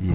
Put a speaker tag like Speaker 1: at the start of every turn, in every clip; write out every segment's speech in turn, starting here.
Speaker 1: 以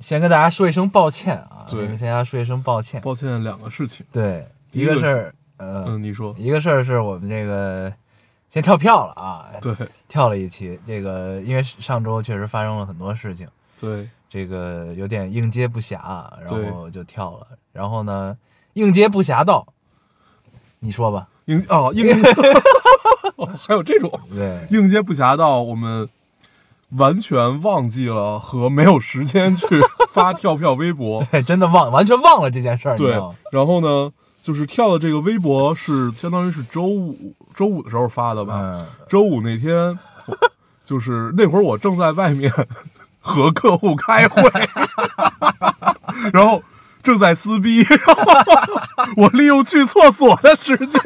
Speaker 2: 先跟大家说一声抱歉啊，
Speaker 3: 对
Speaker 2: 先跟大家说一声抱歉。
Speaker 3: 抱歉，两个事情。
Speaker 2: 对，
Speaker 3: 第
Speaker 2: 一
Speaker 3: 一个
Speaker 2: 个
Speaker 3: 是
Speaker 2: 事儿，呃，
Speaker 3: 嗯，你说，
Speaker 2: 一个事儿是我们这个先跳票了啊，
Speaker 3: 对
Speaker 2: 跳了一期。这个因为上周确实发生了很多事情，
Speaker 3: 对，
Speaker 2: 这个有点应接不暇啊，然
Speaker 3: 对
Speaker 2: 后就跳了。然后呢，应接不暇到，你说吧。
Speaker 3: 应哦应， 哦还有这种
Speaker 2: 对，
Speaker 3: 应接不暇到，我们完全忘记了和没有时间去发跳票微博。
Speaker 2: 对，真的忘完全忘了这件事儿，你知
Speaker 3: 对
Speaker 2: 道吗？，
Speaker 3: 然后呢，就是跳的这个微博是相当于是周五周五的时候发的吧？
Speaker 2: 嗯，
Speaker 3: 周五那天，我就是那会儿我正在外面和客户 开会，然后正在撕逼，然后我利用去厕所的时间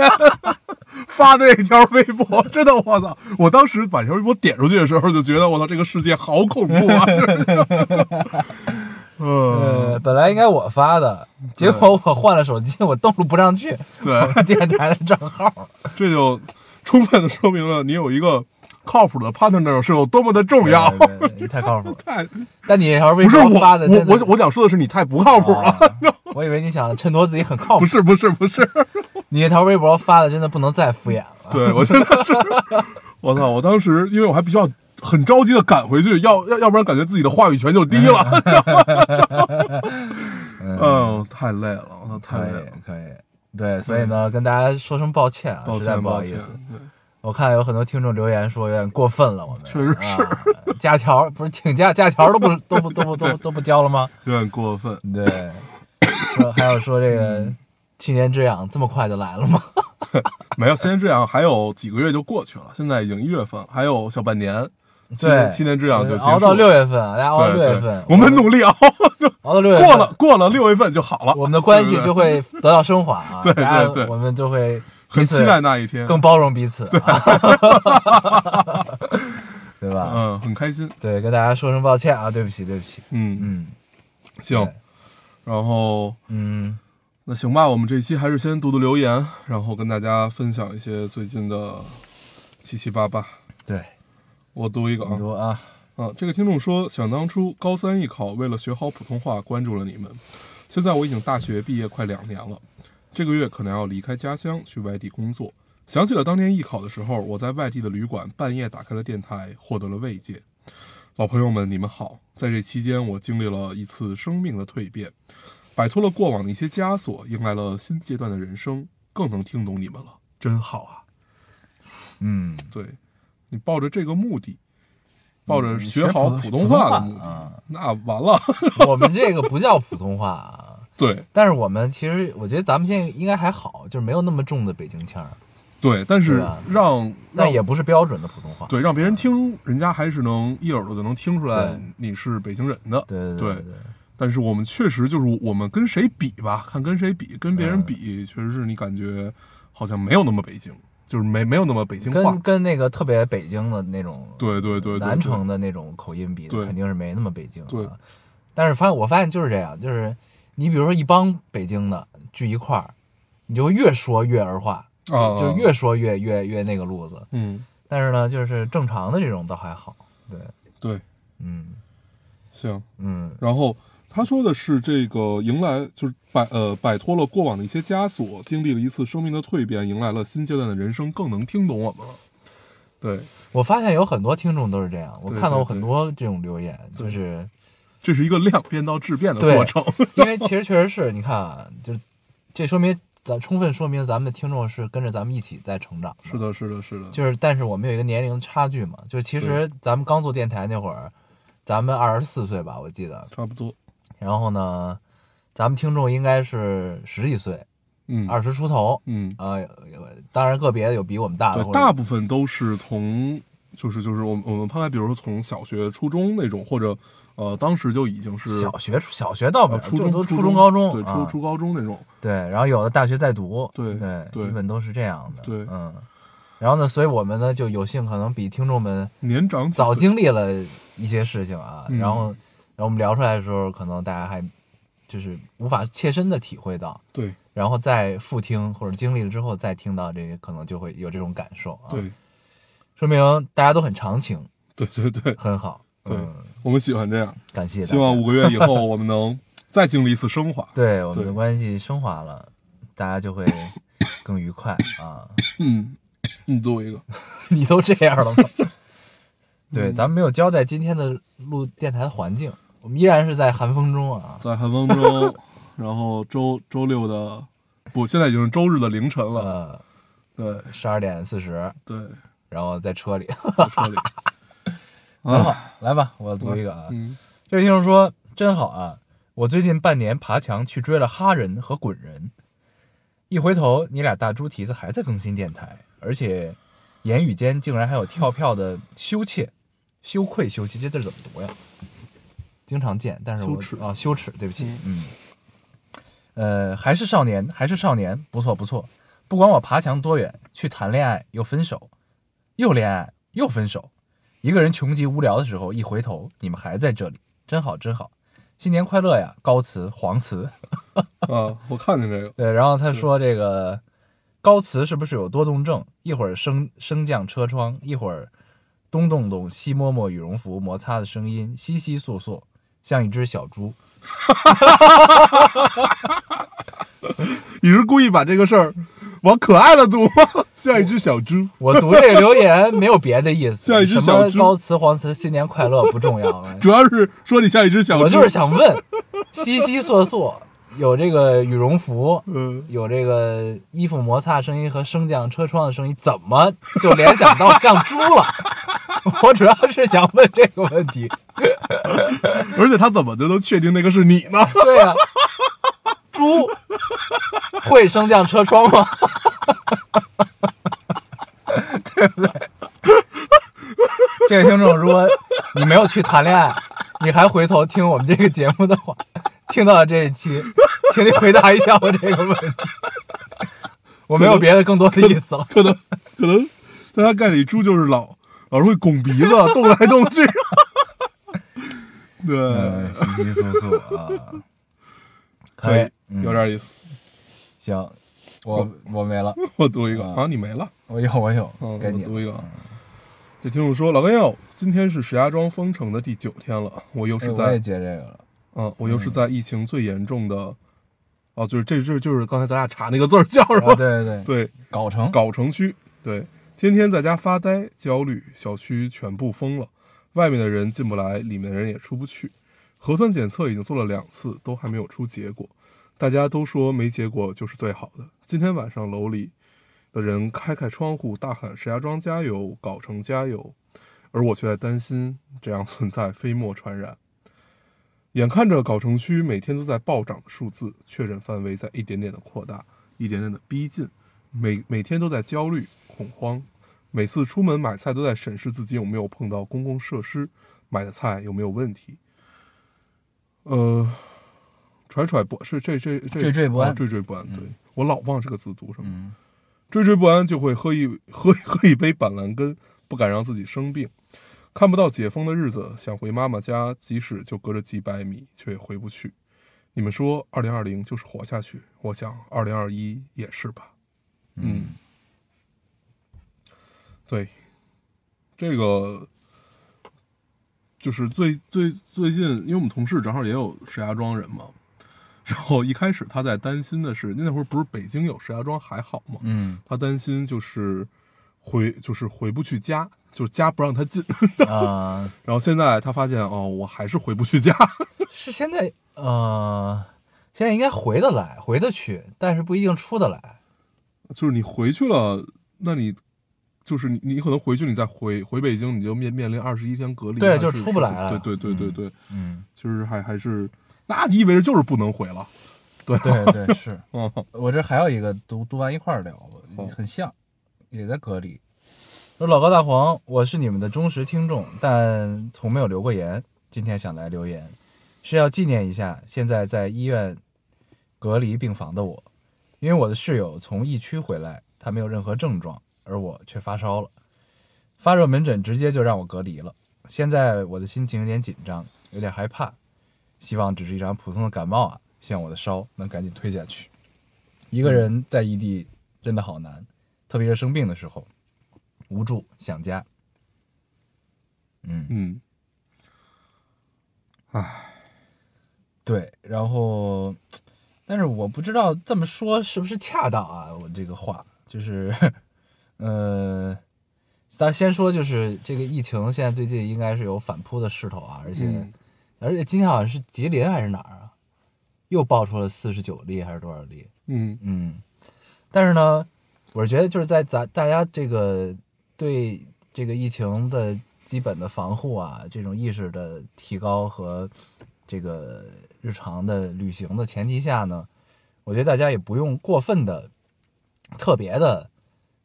Speaker 3: 发这条微博，真的，我操！我当时把这条微博点出去的时候，就觉得我操，这个世界好恐怖 啊！就是，嗯，
Speaker 2: 呃，本来应该我发的，结果我换了手机，我登录不上去
Speaker 3: 对。
Speaker 2: 电台的账号。
Speaker 3: 这就充分的说明了你有一个靠谱的 partner 是有多么的重要。
Speaker 2: 对对太靠谱了。
Speaker 3: 太
Speaker 2: 但你那条微
Speaker 3: 不是
Speaker 2: 博
Speaker 3: 我，
Speaker 2: 发的
Speaker 3: 我
Speaker 2: 真的，
Speaker 3: 我我想说的是你太不靠谱了。
Speaker 2: 啊 我以为你想衬托自己很靠谱
Speaker 3: 不，是不是不 是，
Speaker 2: 你那条微博发的真的不能再敷衍了。
Speaker 3: 对我真的是， 我操！我当时因为我还必须要很着急的赶回去，要要要不然感觉自己的话语权就低 了。 嗯，太累了，我操，太
Speaker 2: 可
Speaker 3: 累了嗯
Speaker 2: 以。可以，哎对，所以呢，跟大家说声抱歉啊，
Speaker 3: 抱
Speaker 2: 实在
Speaker 3: 歉，
Speaker 2: 不
Speaker 3: 抱
Speaker 2: 好意
Speaker 3: 歉
Speaker 2: 思。，我看有很多听众留言说有点过分了，我们
Speaker 3: 确实是
Speaker 2: 啊加条不是请假，加条都不都不都不都不都不交了吗？
Speaker 3: 有点过分。
Speaker 2: 对， 说还有说这
Speaker 3: 嗯
Speaker 2: 个七年之痒这么快就来了吗？
Speaker 3: 没有，现在这样还有几个月就过去了，现在已经一月份了，还有小半年。七
Speaker 2: 对
Speaker 3: 年，七年之痒就结束了
Speaker 2: 熬到六月份啊，大家熬到
Speaker 3: 对
Speaker 2: 六
Speaker 3: 对，
Speaker 2: 月份，
Speaker 3: 我们努力熬，
Speaker 2: 熬到六月份
Speaker 3: 过了，过了六月份就好了。
Speaker 2: 我们的关系就
Speaker 3: 对
Speaker 2: 会得到升华啊！
Speaker 3: 对
Speaker 2: 大家
Speaker 3: 对对
Speaker 2: 我们就会
Speaker 3: 很
Speaker 2: 彼
Speaker 3: 期
Speaker 2: 此
Speaker 3: 待那一天，
Speaker 2: 更包容彼此，啊， 对吧？
Speaker 3: 嗯，很开心，
Speaker 2: 对，跟大家说声抱歉啊，对不起，对不起，
Speaker 3: 嗯，
Speaker 2: 嗯
Speaker 3: 行
Speaker 2: 对，
Speaker 3: 然后
Speaker 2: 嗯，
Speaker 3: 那行吧，我们这期还是先读读留言，然后跟大家分享一些最近的七七八八。
Speaker 2: 对，
Speaker 3: 我读一个啊
Speaker 2: 很，多啊，
Speaker 3: 啊，这个听众说，想当初高三艺考，为了学好普通话，关注了你们。现在我已经大学毕业快两年了，这个月可能要离开家乡去外地工作。想起了当年艺考的时候，我在外地的旅馆半夜打开了电台，获得了慰藉。老朋友们，你们好！在这期间，我经历了一次生命的蜕变，摆脱了过往的一些枷锁，迎来了新阶段的人生，更能听懂你们了，真好啊！
Speaker 2: 嗯，
Speaker 3: 对你抱着这个目的，抱着
Speaker 2: 嗯
Speaker 3: 学好
Speaker 2: 普
Speaker 3: 普通话的目
Speaker 2: 普通
Speaker 3: 的，
Speaker 2: 话啊
Speaker 3: 那完了。
Speaker 2: 我们这个不叫普通话啊。
Speaker 3: 对
Speaker 2: 但是我们其实，我觉得咱们现在应该还好，就是没有那么重的北京腔儿，
Speaker 3: 对，但是
Speaker 2: 对吧
Speaker 3: 让
Speaker 2: 但
Speaker 3: 让
Speaker 2: 啊也不是标准的普通话。
Speaker 3: 对让别人听，人家还是能一耳朵就能听出来
Speaker 2: 对
Speaker 3: 你是北京人的。
Speaker 2: 对对对，
Speaker 3: 但是我们确实就是我们跟谁比吧，看跟谁比，跟别
Speaker 2: 嗯
Speaker 3: 人比，确实是你感觉好像没有那么北京，就是没没有那么北京
Speaker 2: 对
Speaker 3: 话
Speaker 2: 跟。跟那个特别北京的那种，
Speaker 3: 对对对对，
Speaker 2: 南
Speaker 3: 对啊
Speaker 2: 城的那种口音比的，
Speaker 3: 对
Speaker 2: 肯定是没那么北京、啊。
Speaker 3: 对，
Speaker 2: 但是发现我发现就是这样，就是你比如说一帮北京的聚一块儿，你就越说越儿化，
Speaker 3: 啊，
Speaker 2: 就越说越越越那个路子。
Speaker 3: 嗯
Speaker 2: 但是呢，就是正常的这种倒还好。对，
Speaker 3: 对
Speaker 2: 嗯
Speaker 3: 行。
Speaker 2: 嗯，
Speaker 3: 然后他说的是这个迎来就是摆呃摆脱了过往的一些枷锁，经历了一次生命的蜕变，迎来了新阶段的人生，更能听懂我们了。对，
Speaker 2: 我发现有很多听众都是这样，我
Speaker 3: 对
Speaker 2: 看到
Speaker 3: 对
Speaker 2: 过很
Speaker 3: 对
Speaker 2: 多这种留言，就是。
Speaker 3: 这是一个量变到质变的
Speaker 2: 对
Speaker 3: 过程。
Speaker 2: 因为其实确实是你看啊，就是这说明咱充分说明咱们的听众是跟着咱们一起在成长。
Speaker 3: 是，的，是的，是的，
Speaker 2: 就是但是我们有一个年龄差距嘛，就是其实咱们刚做电台那会儿，咱们二十四岁吧，我记得。
Speaker 3: 差不多。
Speaker 2: 然后呢，咱们听众应该是十几岁，
Speaker 3: 嗯，
Speaker 2: 二十出头。
Speaker 3: 嗯，
Speaker 2: 啊、有有当然个别有比我们大的，
Speaker 3: 对
Speaker 2: 或，者
Speaker 3: 大部分都是从就是就是我们我们抛开，比如说从小学、初中那种，或者呃，当时就已经是
Speaker 2: 小学小学到不
Speaker 3: 呃
Speaker 2: 了，
Speaker 3: 初
Speaker 2: 就
Speaker 3: 中、
Speaker 2: 都
Speaker 3: 初
Speaker 2: 初中高中，
Speaker 3: 对初
Speaker 2: 啊
Speaker 3: 初高中那种，
Speaker 2: 对，然后有的大学在读，
Speaker 3: 对
Speaker 2: 对，
Speaker 3: 对
Speaker 2: 基本都是这样的，
Speaker 3: 对
Speaker 2: 嗯。然后呢，所以我们呢就有幸可能比听众们
Speaker 3: 年长几
Speaker 2: 早
Speaker 3: 岁
Speaker 2: 经历了一些事情啊，
Speaker 3: 嗯
Speaker 2: 然后，然后我们聊出来的时候，可能大家还就是无法切身的体会到，
Speaker 3: 对
Speaker 2: 然后再复听或者经历了之后再听到这个，可能就会有这种感受啊。，
Speaker 3: 对
Speaker 2: 说明大家都很长情，
Speaker 3: 对对对，
Speaker 2: 很好。
Speaker 3: 对
Speaker 2: 嗯、
Speaker 3: 我们喜欢这样，
Speaker 2: 感谢大家。
Speaker 3: 希望五个月以后我们能再经历一次 升华。
Speaker 2: 对我们
Speaker 3: 对
Speaker 2: 的关系升华了，大家就会更愉快啊。
Speaker 3: 嗯，你读我一个，
Speaker 2: 你都这样了吗？
Speaker 3: 嗯
Speaker 2: 对，咱们没有交代今天的录电台的环境，我们依然是在寒风中啊。
Speaker 3: 在寒风中，然后周周六的不，现在已经是周日的凌晨了。
Speaker 2: 呃，
Speaker 3: 对
Speaker 2: 十二点四十，
Speaker 3: 对，
Speaker 2: 然后在车里。
Speaker 3: 在车里。
Speaker 2: 好
Speaker 3: 啊，
Speaker 2: 来吧，我读一个啊。
Speaker 3: 嗯，
Speaker 2: 这位听众说：“真好啊！我最近半年爬墙去追了哈人和滚人，一回头你俩大猪蹄子还在更新电台，而且言语间竟然还有跳票的羞怯、羞愧、羞怯，这字怎么读呀？经常见，但是我
Speaker 3: 羞耻
Speaker 2: 啊，羞耻，对不起，嗯，呃，还是少年，还是少年，不错不错。不管我爬墙多远，去谈恋爱又分手，又恋爱又分手，一个人穷极无聊的时候，一回头你们还在这里，真好真好，新年快乐呀，高辞黄辞。
Speaker 3: 啊，我看见这个，
Speaker 2: 对，然后他说这个高辞是不是有多动症？一会儿升升降车窗，一会儿东动动西摸摸羽绒服摩擦的声音，窸窸窣窣，像一只小猪。
Speaker 3: 你是故意把这个事儿往可爱了读吗？ 像一只小猪。
Speaker 2: 我读这个留言没有别的意思
Speaker 3: 像，一只
Speaker 2: 什
Speaker 3: 小
Speaker 2: 么
Speaker 3: 猪，
Speaker 2: 高辞黄辞新年快乐不重要了
Speaker 3: 主要是说你像一只小猪，
Speaker 2: 我就是想问，窸窸窣窣有这个羽绒服。
Speaker 3: 嗯，
Speaker 2: 有这个衣服摩擦声音和升降车窗的声音，怎么就联想到像猪了？ 我主要是想问这个问题。
Speaker 3: 而且他怎么就能确定那个是你 呢？
Speaker 2: 对呀、猪会升降车窗吗？对不对？这位听众，如果你没有去谈恋爱，你还回头听我们这个节目的话，听到这一期，请你回答一下我这个问题。我没有别的更多的意思了。
Speaker 3: 可能可能在他概念里，猪就是老老是会拱鼻子，动来动 去。对，
Speaker 2: 嗯，稀稀窣窣啊，可以嗯
Speaker 3: 以，，有点意思。
Speaker 2: 行，我我没了，
Speaker 3: 我读一个啊，你没了，
Speaker 2: 我有我有
Speaker 3: 嗯，，
Speaker 2: 该
Speaker 3: 我
Speaker 2: 你了
Speaker 3: 读一个啊。这听众说，老根友，今天是石家庄封城的第九天了，我又
Speaker 2: 哎
Speaker 3: 是
Speaker 2: 我也
Speaker 3: 在，
Speaker 2: 接这个了。
Speaker 3: 嗯，我又是在疫情最严重的，哦，就是这这就是刚才咱俩查那个字儿叫什
Speaker 2: 啊，
Speaker 3: 么？
Speaker 2: 对对对，
Speaker 3: 对，
Speaker 2: 搞成
Speaker 3: 搞城区，对，天天在家发呆焦虑，小区全部封了，外面的人进不来，里面的人也出不去。核酸检测已经做了两次，都还没有出结果，大家都说没结果就是最好的。今天晚上楼里的人开开窗户，大喊“石家庄加油，搞城加油”，而我却在担心这样存在飞沫传染。眼看着搞城区每天都在暴涨的数字，确诊范围在一点点的扩大，一点点的逼近，每每天都在焦虑、恐慌，每次出门买菜都在审视自己有没有碰到公共设施，买的菜有没有问题。呃，惴惴不是这这这
Speaker 2: 惴惴不安嗯
Speaker 3: 啊惴惴不安。对、我老忘这个字读什么，惴惴不安就会喝一 喝喝一杯板蓝根，不敢让自己生病。看不到解封的日子，想回妈妈家，即使就隔着几百米，却也回不去。你们说，二零二零就是活下去，我想二零二一也是吧。嗯，对，这个就是最最最近，因为我们同事正好也有石家庄人嘛，然后一开始他在担心的是，那会儿不是北京有石家庄还好吗？
Speaker 2: 嗯
Speaker 3: 他担心就是回就是回不去家，就是家不让他进。
Speaker 2: 啊，
Speaker 3: 然后现在他发现哦，我还是回不去家。
Speaker 2: 是现在呃，现在应该回得来，回得去，但是不一定出得来。
Speaker 3: 就是你回去了，那你就是你，你可能回去，你再回回北京，你就面面临二十一天隔离，
Speaker 2: 对
Speaker 3: 还是
Speaker 2: 就是出不来了
Speaker 3: 对对对对对，
Speaker 2: 嗯，
Speaker 3: 就是还还是，那你以为就是不能回了？对，
Speaker 2: 对对是。
Speaker 3: 嗯，
Speaker 2: 我这还有一个读读完一块儿聊吧
Speaker 3: 好，
Speaker 2: 很像，也在隔离。说嗯老高大黄，我是你们的忠实听众，但从没有留过言。今天想来留言，是要纪念一下现在在医院隔离病房的我，因为我的室友从疫区回来，他没有任何症状，而我却发烧了，发热门诊直接就让我隔离了。现在我的心情有点紧张，有点害怕，希望只是一场普通的感冒啊，希望我的烧能赶紧退下去。一个人在异地真的好难，特别是生病的时候，无助想家。嗯，
Speaker 3: 嗯，
Speaker 2: 对，然后，但是我不知道这么说是不是恰当啊？我这个话就是，呃，咱先说就是这个疫情现在最近应该是有反扑的势头啊，而且、
Speaker 3: 嗯
Speaker 2: 而且今天好像是吉林还是哪儿啊，又爆出了四十九例还是多少例？
Speaker 3: 嗯
Speaker 2: 嗯，但是呢，我是觉得就是在咱大家这个对这个疫情的基本的防护啊，这种意识的提高和这个日常的旅行的前提下呢，我觉得大家也不用过分的、特别的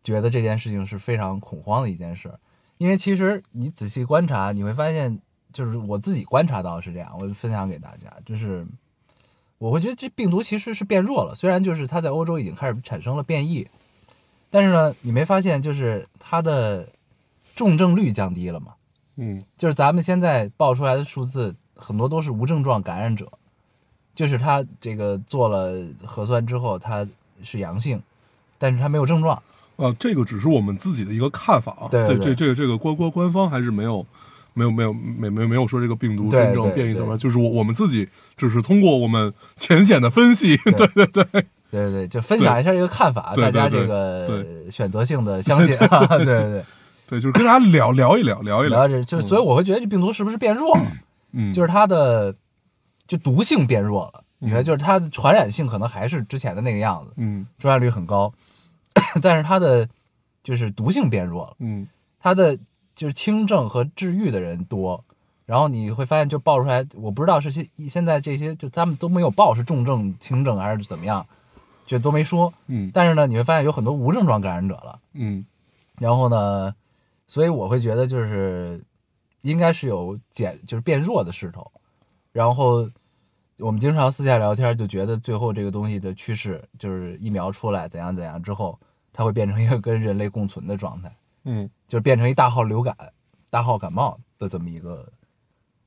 Speaker 2: 觉得这件事情是非常恐慌的一件事，因为其实你仔细观察，你会发现，就是我自己观察到是这样，我就分享给大家，就是。我会觉得这病毒其实是变弱了，虽然就是它在欧洲已经开始产生了变异，但是呢，你没发现就是它的重症率降低了吗？
Speaker 3: 嗯
Speaker 2: 就是咱们现在报出来的数字很多都是无症状感染者，就是他这个做了核酸之后他是阳性，但是他没有症 状，
Speaker 3: 啊，这个只是我们自己的一个看法啊。
Speaker 2: 对对
Speaker 3: 这
Speaker 2: 对
Speaker 3: 这个这个官官官方还是没有。没有没有没没没有说这个病毒
Speaker 2: 对
Speaker 3: 真正
Speaker 2: 对
Speaker 3: 变异怎么样，
Speaker 2: 对
Speaker 3: 就是我我们自己只是通过我们 浅显的分析，
Speaker 2: 对
Speaker 3: 对对对，
Speaker 2: 对对对，就分享一下这个看法，
Speaker 3: 对
Speaker 2: 大
Speaker 3: 对
Speaker 2: 家
Speaker 3: 对
Speaker 2: 这
Speaker 3: 对
Speaker 2: 个选择性的相信啊，对对对。
Speaker 3: 对，就是跟大家聊聊一聊，聊
Speaker 2: 然
Speaker 3: 一聊
Speaker 2: 后，这就所以我会觉得这病毒是不是变弱 了？
Speaker 3: 嗯，
Speaker 2: 就是它的就毒性变弱了，你看，
Speaker 3: 嗯
Speaker 2: 就是它的传染性可能还是之前的那个样子，
Speaker 3: 嗯
Speaker 2: 传染率很高， 但是它的就是毒性变弱了，
Speaker 3: 嗯
Speaker 2: 它的就是轻症和治愈的人多，然后你会发现就爆出来，我不知道是现现在这些就他们都没有报是重症、轻症还是怎么样，就都没说，
Speaker 3: 嗯
Speaker 2: 但是呢，你会发现有很多无症状感染者了。
Speaker 3: 嗯
Speaker 2: 然后呢，所以我会觉得就是应该是有减，就是变弱的势头。然后我们经常私下聊天，就觉得最后这个东西的趋势就是疫苗出来怎样怎样之后，它会变成一个跟人类共存的状态，
Speaker 3: 嗯
Speaker 2: 就是变成一大号流感、大号感冒的这么一个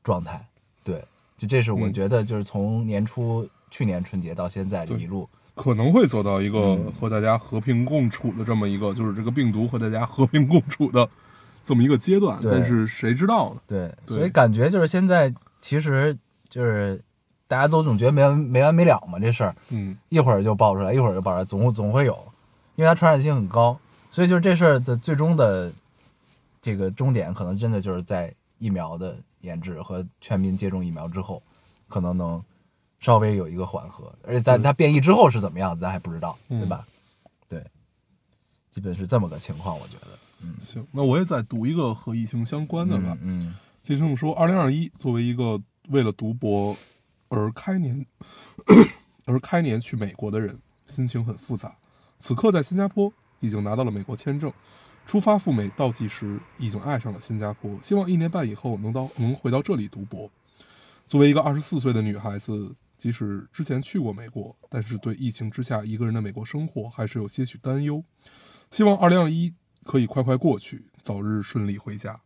Speaker 2: 状态。对，就这是我
Speaker 3: 嗯
Speaker 2: 觉得就是从年初、去年春节到现在这
Speaker 3: 对
Speaker 2: 一路，
Speaker 3: 可能会走到一个
Speaker 2: 嗯
Speaker 3: 和大家和平共处的这么一个，就是这个病毒和大家和平共处的 这么一个阶段，
Speaker 2: 对
Speaker 3: 但是谁知道呢？
Speaker 2: 对，
Speaker 3: 对
Speaker 2: 所以感觉就是现在，其实就是大家都总觉得没完没完没了嘛，这事儿
Speaker 3: 嗯
Speaker 2: 一会儿就爆出来，一会儿就爆出来，总会总会有，因为它传染性很高，所以就是这事儿的最终的这个终点，可能真的就是在疫苗的研制和全民接种疫苗之后，可能能稍微有一个缓和，而且但它变异之后是怎么样，咱还不知道，
Speaker 3: 嗯
Speaker 2: 对吧？对，基本是这么个情况，我觉得。
Speaker 3: 行，那我也再读一个和疫情相关的吧。
Speaker 2: 嗯嗯
Speaker 3: 这听众说，二零二一作为一个为了读博而开年 而开年去美国的人，心情很复杂。此刻在新加坡已经拿到了美国签证，出发赴美倒计时已经爱上了新加坡，希望一年半以后能到能回到这里读博。作为一个二十四岁的女孩子，即使之前去过美国，但是对疫情之下一个人的美国生活还是有些许担忧。希望二零二一可以快快过去，早日顺利回家。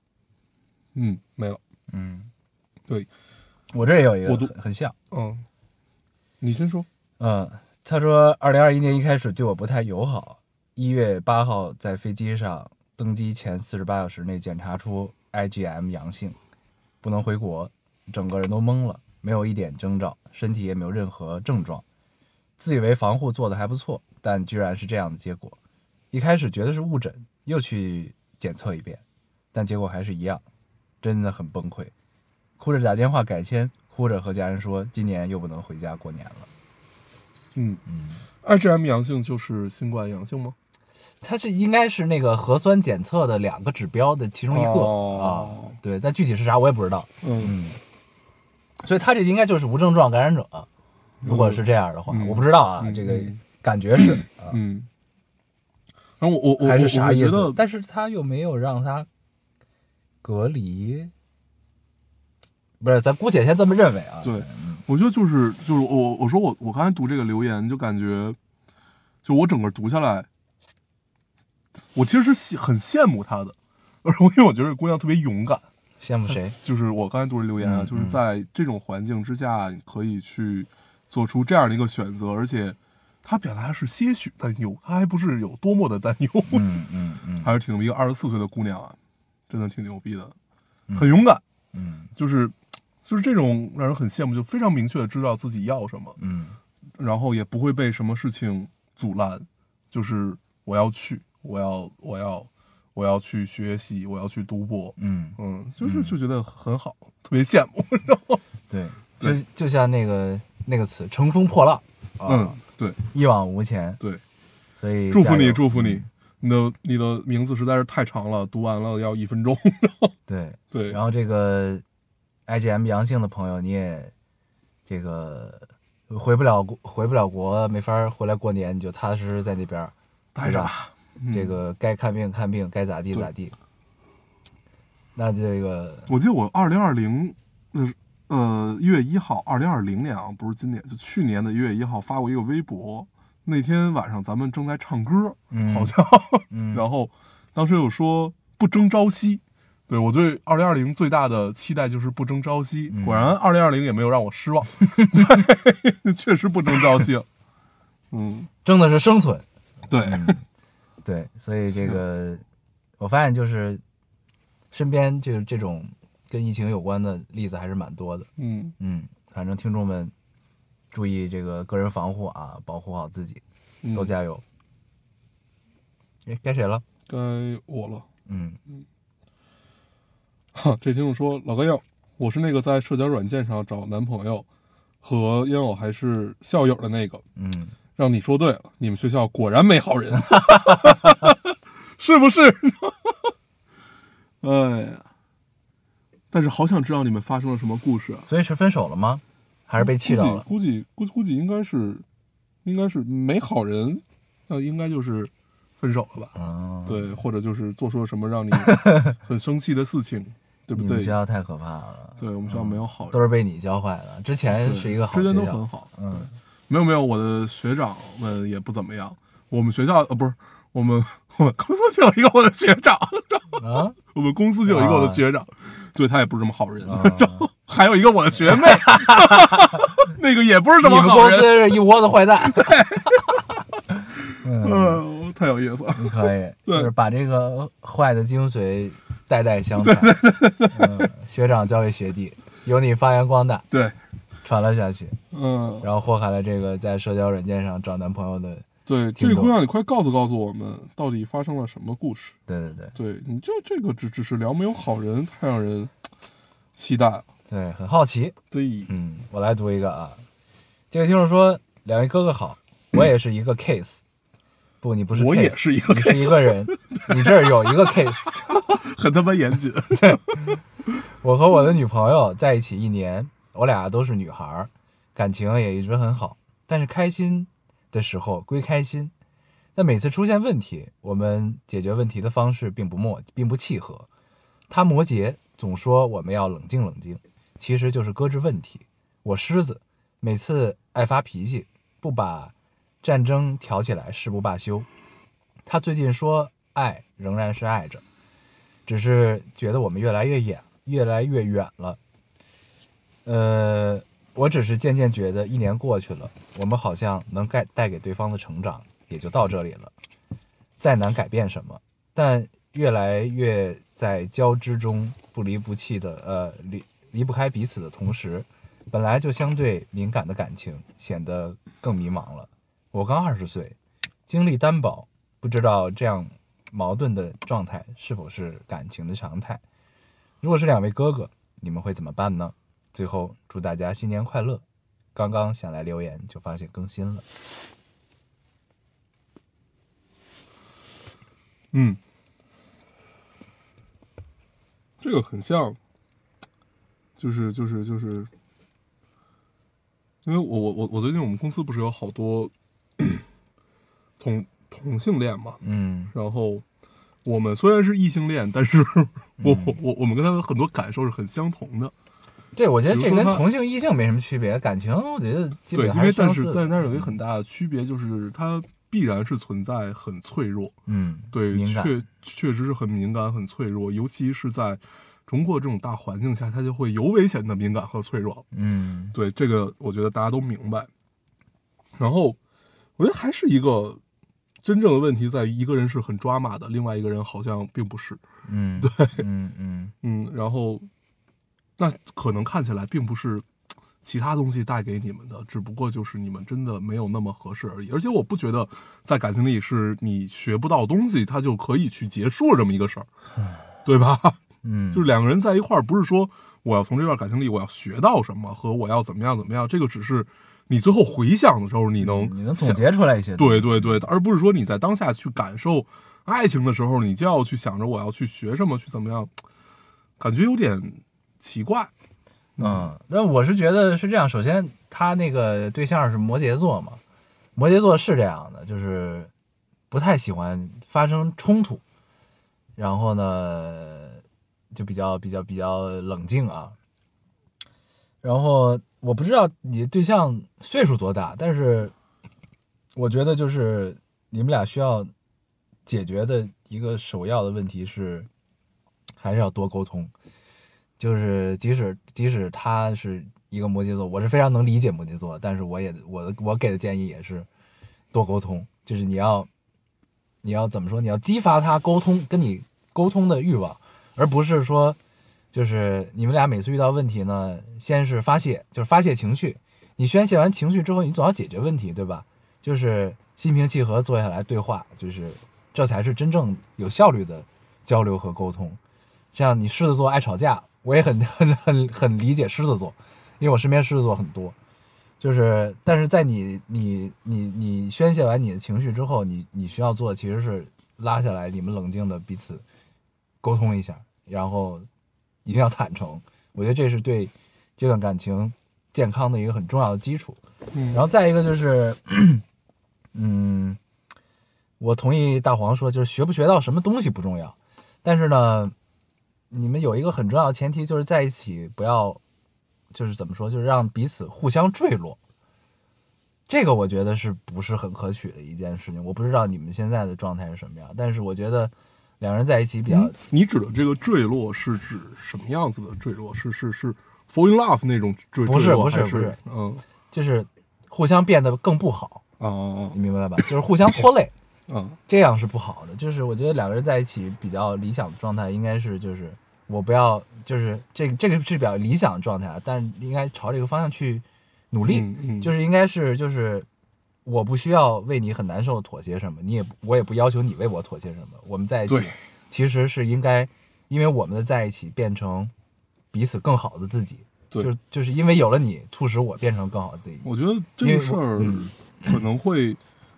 Speaker 3: 嗯，没了。
Speaker 2: 嗯，
Speaker 3: 对，
Speaker 2: 我这也有一个
Speaker 3: 我读
Speaker 2: 很很像。
Speaker 3: 嗯，你先说。
Speaker 2: 嗯，他说，二零二一年一开始对我不太友好。一月八号在飞机上登机前四十八小时内检查出 IgM 阳性，不能回国，整个人都懵了，没有一点征兆，身体也没有任何症状，自以为防护做的还不错，但居然是这样的结果。一开始觉得是误诊，又去检测一遍，但结果还是一样，真的很崩溃，哭着打电话改签，哭着和家人说今年又不能回家过年了。
Speaker 3: 嗯
Speaker 2: 嗯。
Speaker 3: ，IgM 阳性就是新冠阳性吗？
Speaker 2: 它是应该是那个核酸检测的两个指标的其中一个、啊，
Speaker 3: 哦
Speaker 2: 对，但具体是啥我也不知道。
Speaker 3: 嗯
Speaker 2: 嗯，所以它这应该就是无症状感染者，如果是这样的话，
Speaker 3: 嗯
Speaker 2: 我不知道啊，
Speaker 3: 嗯
Speaker 2: 这个
Speaker 3: 嗯
Speaker 2: 感觉是、啊，
Speaker 3: 嗯。然后我我我
Speaker 2: 还
Speaker 3: 我
Speaker 2: 是啥意
Speaker 3: 我觉
Speaker 2: 思
Speaker 3: 得？
Speaker 2: 但是他又没有让他隔离，不是？咱姑且先这么认为啊。
Speaker 3: 对，我觉得就是就是我我我说我我刚才读这个留言就感觉，就我整个读下来，我其实是羡很羡慕她的，而因为我觉得这姑娘特别勇敢。
Speaker 2: 羡慕谁？
Speaker 3: 就是我刚才读的留言啊，
Speaker 2: 嗯
Speaker 3: 就是在这种环境之下，你可以去做出这样的一个选择，而且她表达的是些许担忧，她还不是有多么的担忧，
Speaker 2: 嗯嗯嗯
Speaker 3: 还是挺牛逼。二十四岁的姑娘啊，真的挺牛逼的，很勇敢，
Speaker 2: 嗯
Speaker 3: 就是就是这种让人很羡慕，就非常明确的知道自己要什么。
Speaker 2: 嗯
Speaker 3: 然后也不会被什么事情阻拦，就是我要去，我要我要我要去学习，我要去读博，
Speaker 2: 嗯，
Speaker 3: 嗯，就是就觉得很好，特别羡慕，
Speaker 2: 对，就
Speaker 3: 对
Speaker 2: 就像那个那个词“乘风破浪”，啊
Speaker 3: 嗯，，对
Speaker 2: 一往无前，
Speaker 3: 对，
Speaker 2: 所以
Speaker 3: 祝福
Speaker 2: 加
Speaker 3: 你，
Speaker 2: 油嗯
Speaker 3: 祝福你，你的你的名字实在是太长了，读完了要一分钟，
Speaker 2: 对，
Speaker 3: 对，
Speaker 2: 然后这个 IgM 阳性的朋友，你也这个回不了国，回不了国，没法回来过年，你就踏踏实实在那边儿
Speaker 3: 待
Speaker 2: 对
Speaker 3: 着
Speaker 2: 吧
Speaker 3: 吧，嗯
Speaker 2: 这个该看病看病，该咋地
Speaker 3: 对
Speaker 2: 咋地。那这个
Speaker 3: 我记得我二零二零，呃呃一月一号，二零二零年啊，不是今年，就去年的一月一号发过一个微博。那天晚上咱们正在唱歌，
Speaker 2: 嗯
Speaker 3: 好像，
Speaker 2: 嗯
Speaker 3: 然后当时有说不争朝夕。对我对二零二零最大的期待就是不争朝夕，
Speaker 2: 嗯
Speaker 3: 果然二零二零也没有让我失 望，对，确实不争朝夕了。嗯，
Speaker 2: 争的是生存，
Speaker 3: 对，
Speaker 2: 对，所以这个我发现就是身边就是这种跟疫情有关的例子还是蛮多的。
Speaker 3: 嗯，
Speaker 2: 嗯，反正听众们注意这个个人防护啊，保护好自己，
Speaker 3: 嗯
Speaker 2: 都加油。哎，该谁了？
Speaker 3: 该我了。
Speaker 2: 嗯
Speaker 3: 哈，这听众说，老哥要，我是那个在社交软件上找男朋友和烟偶还是校友的那个，
Speaker 2: 嗯，
Speaker 3: 让你说对了，你们学校果然没好人， 是不是？ 哎呀，但是好想知道你们发生了什么故事啊！
Speaker 2: 所以是分手了吗？还是被气到了？
Speaker 3: 估计估计估估计应该是，应该是没好人，那应该就是分手了吧？
Speaker 2: 啊，，
Speaker 3: 嗯对，或者就是做出了什 么让你很生气的事情，对不
Speaker 2: 你们
Speaker 3: 对
Speaker 2: 学？校太可怕了，
Speaker 3: 对我们学校没有好人
Speaker 2: 都。是被你教坏了。之前
Speaker 3: 对
Speaker 2: 是一个好
Speaker 3: 之
Speaker 2: 学
Speaker 3: 前都很
Speaker 2: 校，
Speaker 3: 好。
Speaker 2: 嗯，
Speaker 3: 没有没有，我的学长们也不怎么样。我们学校呃不是我们我们公司就有一个我的学长，
Speaker 2: 啊，
Speaker 3: 我们公司就有一个我
Speaker 2: 啊
Speaker 3: 的学长，对他也不是什么好人。
Speaker 2: 啊
Speaker 3: 还有一个我的学 妹，那个也不是
Speaker 2: 你
Speaker 3: 什么
Speaker 2: 们
Speaker 3: 好
Speaker 2: 公司
Speaker 3: 人。
Speaker 2: 是一窝子坏 蛋。嗯，
Speaker 3: 嗯、太有意思了。
Speaker 2: 可以，
Speaker 3: 对
Speaker 2: 就是把这个坏的精髓代代相传。嗯，学长教给学弟，由你发扬光大，
Speaker 3: 对，
Speaker 2: 传了下去，
Speaker 3: 嗯，
Speaker 2: 然后祸害了这个在社交软件上找男朋友的。
Speaker 3: 对，
Speaker 2: 听
Speaker 3: 这
Speaker 2: 懂
Speaker 3: 个姑娘，你快告诉告诉我们，到底发生了什么故事？
Speaker 2: 对对对
Speaker 3: 对，你就这个只只是聊没有好人，太让人期待了。
Speaker 2: 对，很好奇。
Speaker 3: 对，
Speaker 2: 嗯，我来读一个啊，这个听众说：“两位哥哥好，我也是一个 case。”不，你不是 case，
Speaker 3: 我也是一个
Speaker 2: 你是一个人，你这儿有一个 case。
Speaker 3: 很他妈严谨。
Speaker 2: 我和我的女朋友在一起一年，我俩都是女孩儿，感情也一直很好。但是开心的时候归开心，但每次出现问题，我们解决问题的方式并不默，并不契合。她摩羯，总说我们要冷静冷静，其实就是搁置问题。我狮子，每次爱发脾气，不把战争挑起来誓不罢休。她最近说爱仍然是爱着，只是觉得我们越来越远，越来越远了。呃，我只是渐渐觉得一年过去了，我们好像能带带给对方的成长也就到这里了，再难改变什么，但越来越在交织中不离不弃的呃离离不开彼此的同时，本来就相对敏感的感情显得更迷茫了。我刚二十岁，经历单薄，不知道这样矛盾的状态是否是感情的常态。如果是两位哥哥，你们会怎么办呢？最后祝大家新年快乐！刚刚想来留言，就发现更新了。
Speaker 3: 嗯，这个很像，就是就是就是，因为我我我我最近我们公司不是有好多同同性恋嘛，
Speaker 2: 嗯
Speaker 3: 然后我们虽然是异性恋，但是 我、我我们跟他的很多感受是很相同的。
Speaker 2: 对，我觉得
Speaker 3: 比如
Speaker 2: 这
Speaker 3: 说
Speaker 2: 跟
Speaker 3: 他
Speaker 2: 同性异性没什么区别，感情我觉得基本
Speaker 3: 对，因
Speaker 2: 还
Speaker 3: 为嗯
Speaker 2: 相
Speaker 3: 但
Speaker 2: 似嗯
Speaker 3: 是
Speaker 2: 的。
Speaker 3: 但是它有一个很大的区别，就是它必然是存在很脆弱，
Speaker 2: 嗯，
Speaker 3: 对，
Speaker 2: 敏感，
Speaker 3: 确确实是很敏感、很脆弱，尤其是在中国这种大环境下，它就会尤为显得敏感和脆弱。
Speaker 2: 嗯
Speaker 3: 对，这个我觉得大家都明白。然后，我觉得还是一个真正的问题在于，一个人是很抓马的，另外一个人好像并不是。
Speaker 2: 嗯，对，嗯嗯
Speaker 3: 嗯，然后那可能看起来并不是其他东西带给你们的，只不过就是你们真的没有那么合适而已。而且我不觉得在感情里是你学不到东西，它就可以去结束这么一个事儿，对吧？
Speaker 2: 嗯，
Speaker 3: 就是两个人在一块儿，不是说我要从这段感情里我要学到什么和我要怎么样怎么样，这个只是你最后回想的时候你能
Speaker 2: 嗯你能
Speaker 3: 想
Speaker 2: 总结出来一些。
Speaker 3: 对，
Speaker 2: 嗯
Speaker 3: 对对，而不是说你在当下去感受爱情的时候，你就要去想着我要去学什么，去怎么样，感觉有点奇怪。
Speaker 2: 嗯，那我是觉得是这样。首先，他那个对象是摩羯座嘛，摩羯座是这样的，就是不太喜欢发生冲突，然后呢，就比较比较比较冷静啊。然后我不知道你对象岁数多大，但是我觉得就是你们俩需要解决的一个首要的问题是，还是要多沟通。就是即使即使他是一个摩羯座，我是非常能理解摩羯座，但是我也我的我给的建议也是多沟通，就是你要你要怎么说？你要激发他沟通跟你沟通的欲望，而不是说就是你们俩每次遇到问题呢，先是发泄，就是发泄情绪。你宣泄完情绪之后，你总要解决问题，对吧？就是心平气和坐下来对话，就是这才是真正有效率的交流和沟通。像你狮子座爱吵架，我也很 很很很理解狮子座，因为我身边狮子座很多。就是，但是在你你你你宣泄完你的情绪之后，你你需要做的其实是拉下来，你们冷静的彼此沟通一下，然后一定要坦诚。我觉得这是对这段感情健康的一个很重要的基础。
Speaker 3: 嗯
Speaker 2: 然后再一个就是， 嗯，我同意大黄说，就是学不学到什么东西不重要，但是呢，你们有一个很重要的前提，就是在一起不要，就是怎么说，就是让彼此互相坠落。这个我觉得是不是很可取的一件事情？我不知道你们现在的状态是什么样，但是我觉得两人在一起比较，
Speaker 3: 嗯你指的这个坠落是指什么样子的坠落？是是是 fall in love 那种坠
Speaker 2: 不是
Speaker 3: 坠落
Speaker 2: 不是
Speaker 3: 还
Speaker 2: 不是
Speaker 3: 嗯
Speaker 2: 就是互相变得更不好，
Speaker 3: 哦
Speaker 2: 你明白吧？就是互相拖累。
Speaker 3: 哦哦
Speaker 2: 这样是不好的。就是我觉得两个人在一起比较理想的状态，应该是就是我不要，就是这个这个是比较理想的状态啊，但是应该朝这个方向去努力。
Speaker 3: 嗯嗯，
Speaker 2: 就是应该是就是我不需要为你很难受地妥协什么，你也不我也不要求你为我妥协什么。我们在一起
Speaker 3: 对
Speaker 2: 其实是应该因为我们的在一起变成彼此更好的自己。
Speaker 3: 对
Speaker 2: 就就是因为有了你，促使我变成更好的自己。
Speaker 3: 我觉得这
Speaker 2: 因
Speaker 3: 个
Speaker 2: 为
Speaker 3: 事
Speaker 2: 我
Speaker 3: 儿
Speaker 2: 嗯
Speaker 3: 可能会，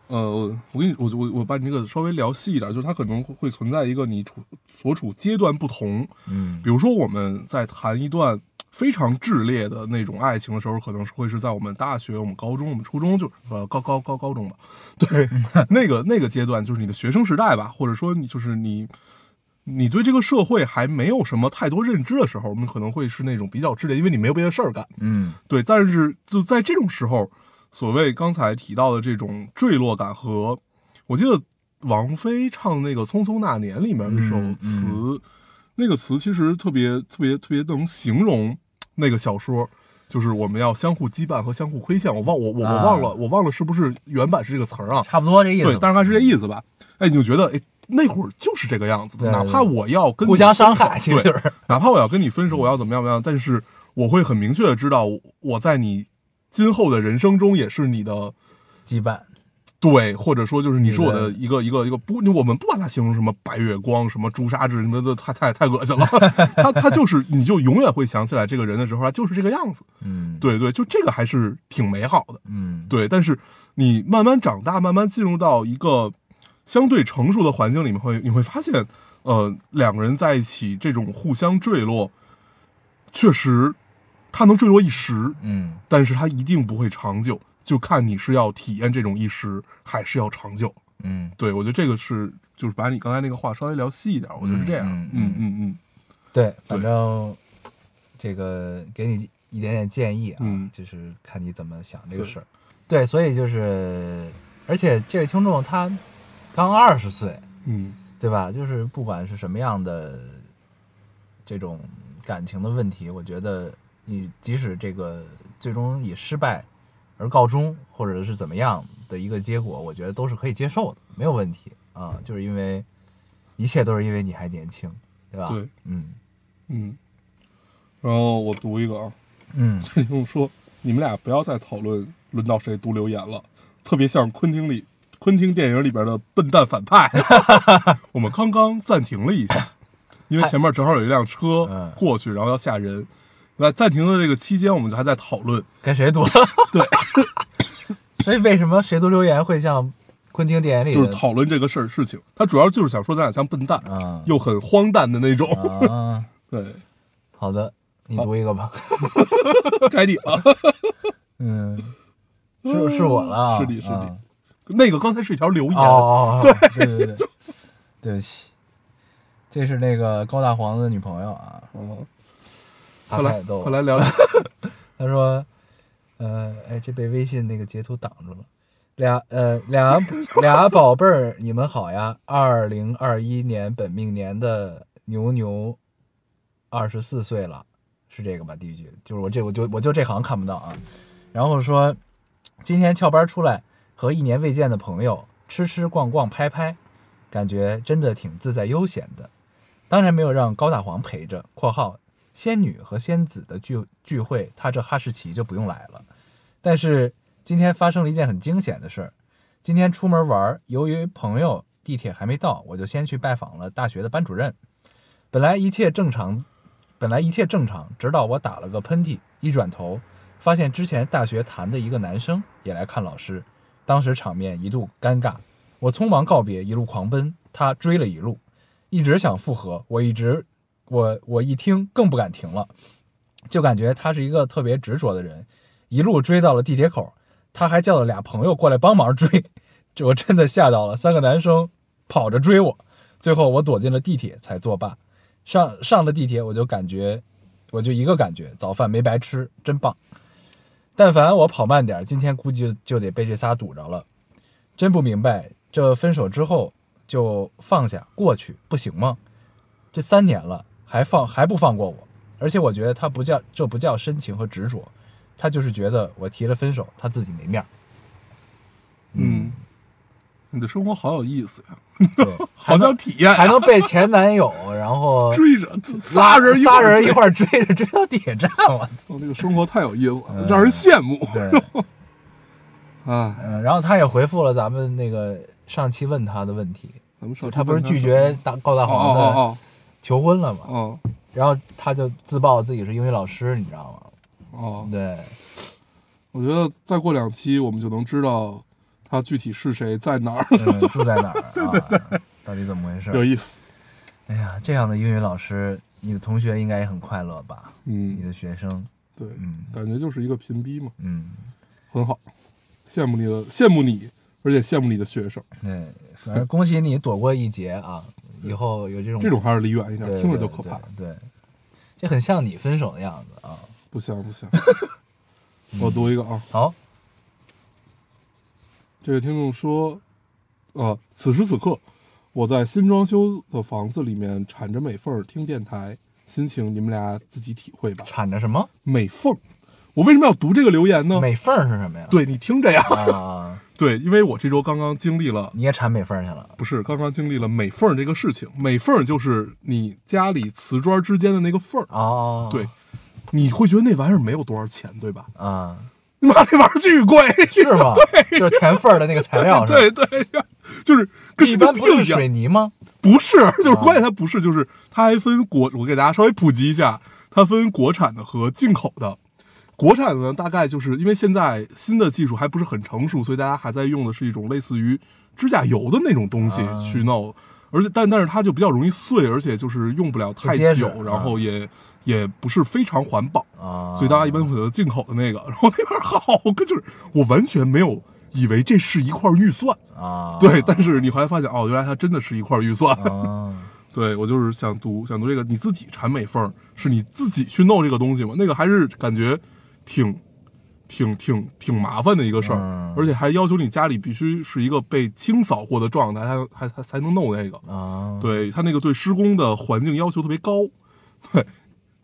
Speaker 3: 呃，我跟你，我我我把你这个稍微聊细一点，就是它可能会存在一个你处所处阶段不同，
Speaker 2: 嗯
Speaker 3: 比如说我们在谈一段非常炽烈的那种爱情的时候，可能是会是在我们大学、我们高中、我们初中，就是呃高高高高中吧，对，那个那个阶段就是你的学生时代吧，或者说你就是你。你对这个社会还没有什么太多认知的时候，我们可能会是那种比较炽烈，因为你没有别的事儿干。
Speaker 2: 嗯
Speaker 3: 对，但是就在这种时候，所谓刚才提到的这种坠落感和，我记得王菲唱那个《匆匆那年》里面有一首
Speaker 2: 嗯嗯
Speaker 3: 词，那个词其实特别特别特别能形容那个小说。就是我们要相互羁绊和相互亏欠，我忘我我我
Speaker 2: 啊
Speaker 3: 忘了、我忘了是不是原版是这个词儿啊？
Speaker 2: 差不多这意思吧。
Speaker 3: 对，大概是这意思吧。哎，你就觉得哎，那会儿就是这个样子的，
Speaker 2: 对
Speaker 3: 哪怕我要跟
Speaker 2: 互
Speaker 3: 你
Speaker 2: 相伤害，其
Speaker 3: 对，
Speaker 2: 实就是
Speaker 3: 哪怕我要跟你分手，我要怎么样怎么样，但是我会很明确的知道，我在你今后的人生中也是你的
Speaker 2: 羁绊。
Speaker 3: 对，或者说就是你是我的
Speaker 2: 你
Speaker 3: 一个一个一个不，我们不把它形容什么白月光、什么朱砂痣什么的，太太太恶心了。他他就是，你就永远会想起来这个人的时候，他就是这个样子。
Speaker 2: 嗯，
Speaker 3: 对对，就这个还是挺美好的。
Speaker 2: 嗯，
Speaker 3: 对，但是你慢慢长大，慢慢进入到一个相对成熟的环境里面会，你会发现，呃，两个人在一起这种互相坠落，确实，它能坠落一时，
Speaker 2: 嗯，
Speaker 3: 但是它一定不会长久，就看你是要体验这种一时，还是要长久。
Speaker 2: 嗯
Speaker 3: 对，我觉得这个是就是把你刚才那个话稍微聊细一点，我觉得是这样。
Speaker 2: 嗯
Speaker 3: 嗯
Speaker 2: 嗯
Speaker 3: 嗯嗯，
Speaker 2: 对，反正这个给你一点点建议啊，
Speaker 3: 嗯
Speaker 2: 就是看你怎么想这个
Speaker 3: 对
Speaker 2: 事儿。对，所以就是，而且这位听众他刚二十岁，
Speaker 3: 嗯
Speaker 2: 对吧？就是不管是什么样的这种感情的问题，我觉得你即使这个最终以失败而告终，或者是怎么样的一个结果，我觉得都是可以接受的，没有问题啊。就是因为一切都是因为你还年轻，对吧？
Speaker 3: 对，
Speaker 2: 嗯
Speaker 3: 嗯。然后我读一个啊，
Speaker 2: 嗯，
Speaker 3: 这听众说：“你们俩不要再讨论轮到谁读留言了，特别像昆汀里昆汀电影里边的笨蛋反派。” 我们刚刚暂停了一下，因为前面正好有一辆车
Speaker 2: 哎嗯
Speaker 3: 过去，然后要吓人。在暂停的这个期间，我们就还在讨论。
Speaker 2: 跟谁读？
Speaker 3: 对，
Speaker 2: 所以为什么谁读留言会像昆汀电影里
Speaker 3: 就
Speaker 2: 的
Speaker 3: 是讨论这个事儿事情。他主要就是想说咱俩像笨蛋，
Speaker 2: 啊
Speaker 3: 又很荒诞的那种。
Speaker 2: 啊？
Speaker 3: 对，
Speaker 2: 好的，你读一个吧。
Speaker 3: 该你了。
Speaker 2: 嗯，是是我了啊，
Speaker 3: 是你是你
Speaker 2: 啊
Speaker 3: 那个刚才是一条留言，
Speaker 2: 哦哦，哦对对对，对不起，这是那个高大黄的女朋友啊，
Speaker 3: 嗯，
Speaker 2: 她
Speaker 3: 快
Speaker 2: 太
Speaker 3: 来
Speaker 2: 逗
Speaker 3: 快
Speaker 2: 了。
Speaker 3: 来聊聊。
Speaker 2: 她说，呃，哎，这被微信那个截图挡住了。俩呃俩俩宝贝儿，你们好呀！二零二一年本命年的牛牛，二十四岁了，是这个吧？第一句就是我这我就我就这行看不到啊。然后说，今天翘班出来和一年未见的朋友吃吃逛逛拍拍，感觉真的挺自在悠闲的。当然没有让高大黄陪着（括号仙女和仙子的聚聚会，他这哈士奇就不用来了）。但是今天发生了一件很惊险的事儿。今天出门玩儿，由于朋友地铁还没到，我就先去拜访了大学的班主任。本来一切正常，本来一切正常，直到我打了个喷嚏，一转头发现之前大学谈的一个男生也来看老师，当时场面一度尴尬。我匆忙告别，一路狂奔，他追了一路，一直想复合，我一直我我一听更不敢停了，就感觉他是一个特别执着的人，一路追到了地铁口，他还叫了俩朋友过来帮忙追， 这我真的吓到了，三个男生跑着追我，最后我躲进了地铁才作罢。上上了地铁，我就感觉，我就一个感觉，早饭没白吃，真棒。但凡我跑慢点儿，今天估计就就得被这仨堵着了。真不明白，这分手之后就放下过去不行吗？这三年了，还放还不放过我？而且我觉得他不叫这不叫深情和执着，他就是觉得我提了分手，他自己没面儿。
Speaker 3: 嗯，你的生活好有意思呀，
Speaker 2: 对，
Speaker 3: 好
Speaker 2: 还能
Speaker 3: 想体验呀，
Speaker 2: 还能被前男友，然后
Speaker 3: 追着
Speaker 2: 拉
Speaker 3: 仨人
Speaker 2: 嗯仨人一
Speaker 3: 一
Speaker 2: 块儿追着追到地铁站，我操！
Speaker 3: 操，这个生活太有意思了，让人羡慕。
Speaker 2: 对，
Speaker 3: 哎，
Speaker 2: 嗯嗯，然后他也回复了咱们那个上期问他的问题，
Speaker 3: 咱们上期
Speaker 2: 他不是
Speaker 3: 问
Speaker 2: 拒
Speaker 3: 说
Speaker 2: 绝大高大
Speaker 3: 哦
Speaker 2: 黄的
Speaker 3: 哦
Speaker 2: 求婚了
Speaker 3: 哦
Speaker 2: 嘛？
Speaker 3: 哦
Speaker 2: 然后他就自曝自己是英语老师，你知道吗？
Speaker 3: 哦，
Speaker 2: 对，
Speaker 3: 我觉得再过两期我们就能知道他具体是谁在哪 儿，
Speaker 2: 嗯，住在哪儿？ 对对对，到底怎么回
Speaker 3: 有
Speaker 2: 事？
Speaker 3: 意思。
Speaker 2: 哎呀，这样的英语老师，你的同学应该也很快乐吧？你
Speaker 3: 嗯，
Speaker 2: 的学生，
Speaker 3: 对，
Speaker 2: 嗯
Speaker 3: 感觉就是一个贫逼嘛，
Speaker 2: 嗯，
Speaker 3: 很好，羡慕你的，羡慕你，而且羡慕你的学生，
Speaker 2: 对，反正恭喜你躲过一劫啊！以后有这种
Speaker 3: 这种还是离远一点，
Speaker 2: 对
Speaker 3: 听着就可怕。
Speaker 2: 对，对对这很像你分手的样子啊。
Speaker 3: 不香 不香。我读一个啊，
Speaker 2: 好，
Speaker 3: 这位听众说，呃，此时此刻，我在新装修的房子里面铲着美缝儿听电台，心情你们俩自己体会吧。
Speaker 2: 铲着什么？
Speaker 3: 美缝儿，我为什么要读这个留言呢？
Speaker 2: 美缝儿是什么呀？
Speaker 3: 对你听着呀，
Speaker 2: 啊，
Speaker 3: 对，因为我这周刚刚经历了，
Speaker 2: 你也铲美缝儿去了？
Speaker 3: 不是刚刚经历了美缝儿这个事情。美缝儿就是你家里瓷砖之间的那个缝儿，
Speaker 2: 哦，
Speaker 3: 对，你会觉得那玩意儿没有多少钱，对吧？
Speaker 2: 啊，
Speaker 3: 你妈那玩意儿巨贵，
Speaker 2: 是吗？ 就是填缝儿的那个材料是吧？
Speaker 3: 对对呀，就是跟
Speaker 2: 一
Speaker 3: 神
Speaker 2: 般
Speaker 3: 经
Speaker 2: 不就
Speaker 3: 病
Speaker 2: 是
Speaker 3: 一样
Speaker 2: 水。泥吗？
Speaker 3: 不是，就是
Speaker 2: 啊
Speaker 3: 关键它不是，就是它还分国，我给大家稍微普及一下，它分国产的和进口的。国产的呢，大概就是因为现在新的技术还不是很成熟，所以大家还在用的是一种类似于指甲油的那种东西
Speaker 2: 啊
Speaker 3: 去弄，而且但但是它就比较容易碎，而且就是用不了太
Speaker 2: 不结实
Speaker 3: 久，然后也、也不是非常环保，
Speaker 2: 啊，
Speaker 3: 所以大家一般会选择进口的那个。然后那边好，跟就是我完全没有以为这是一块预算，
Speaker 2: 啊，
Speaker 3: 对，但是你后来发现哦，原来它真的是一块预算。
Speaker 2: 啊，
Speaker 3: 对我就是想读想读这个，你自己馋美缝儿是你自己去弄这个东西吗？那个还是感觉挺挺挺挺麻烦的一个事儿，
Speaker 2: 嗯
Speaker 3: 而且还要求你家里必须是一个被清扫过的状态，还还还才能弄那个。
Speaker 2: 啊，
Speaker 3: 对他那个对施工的环境要求特别高，对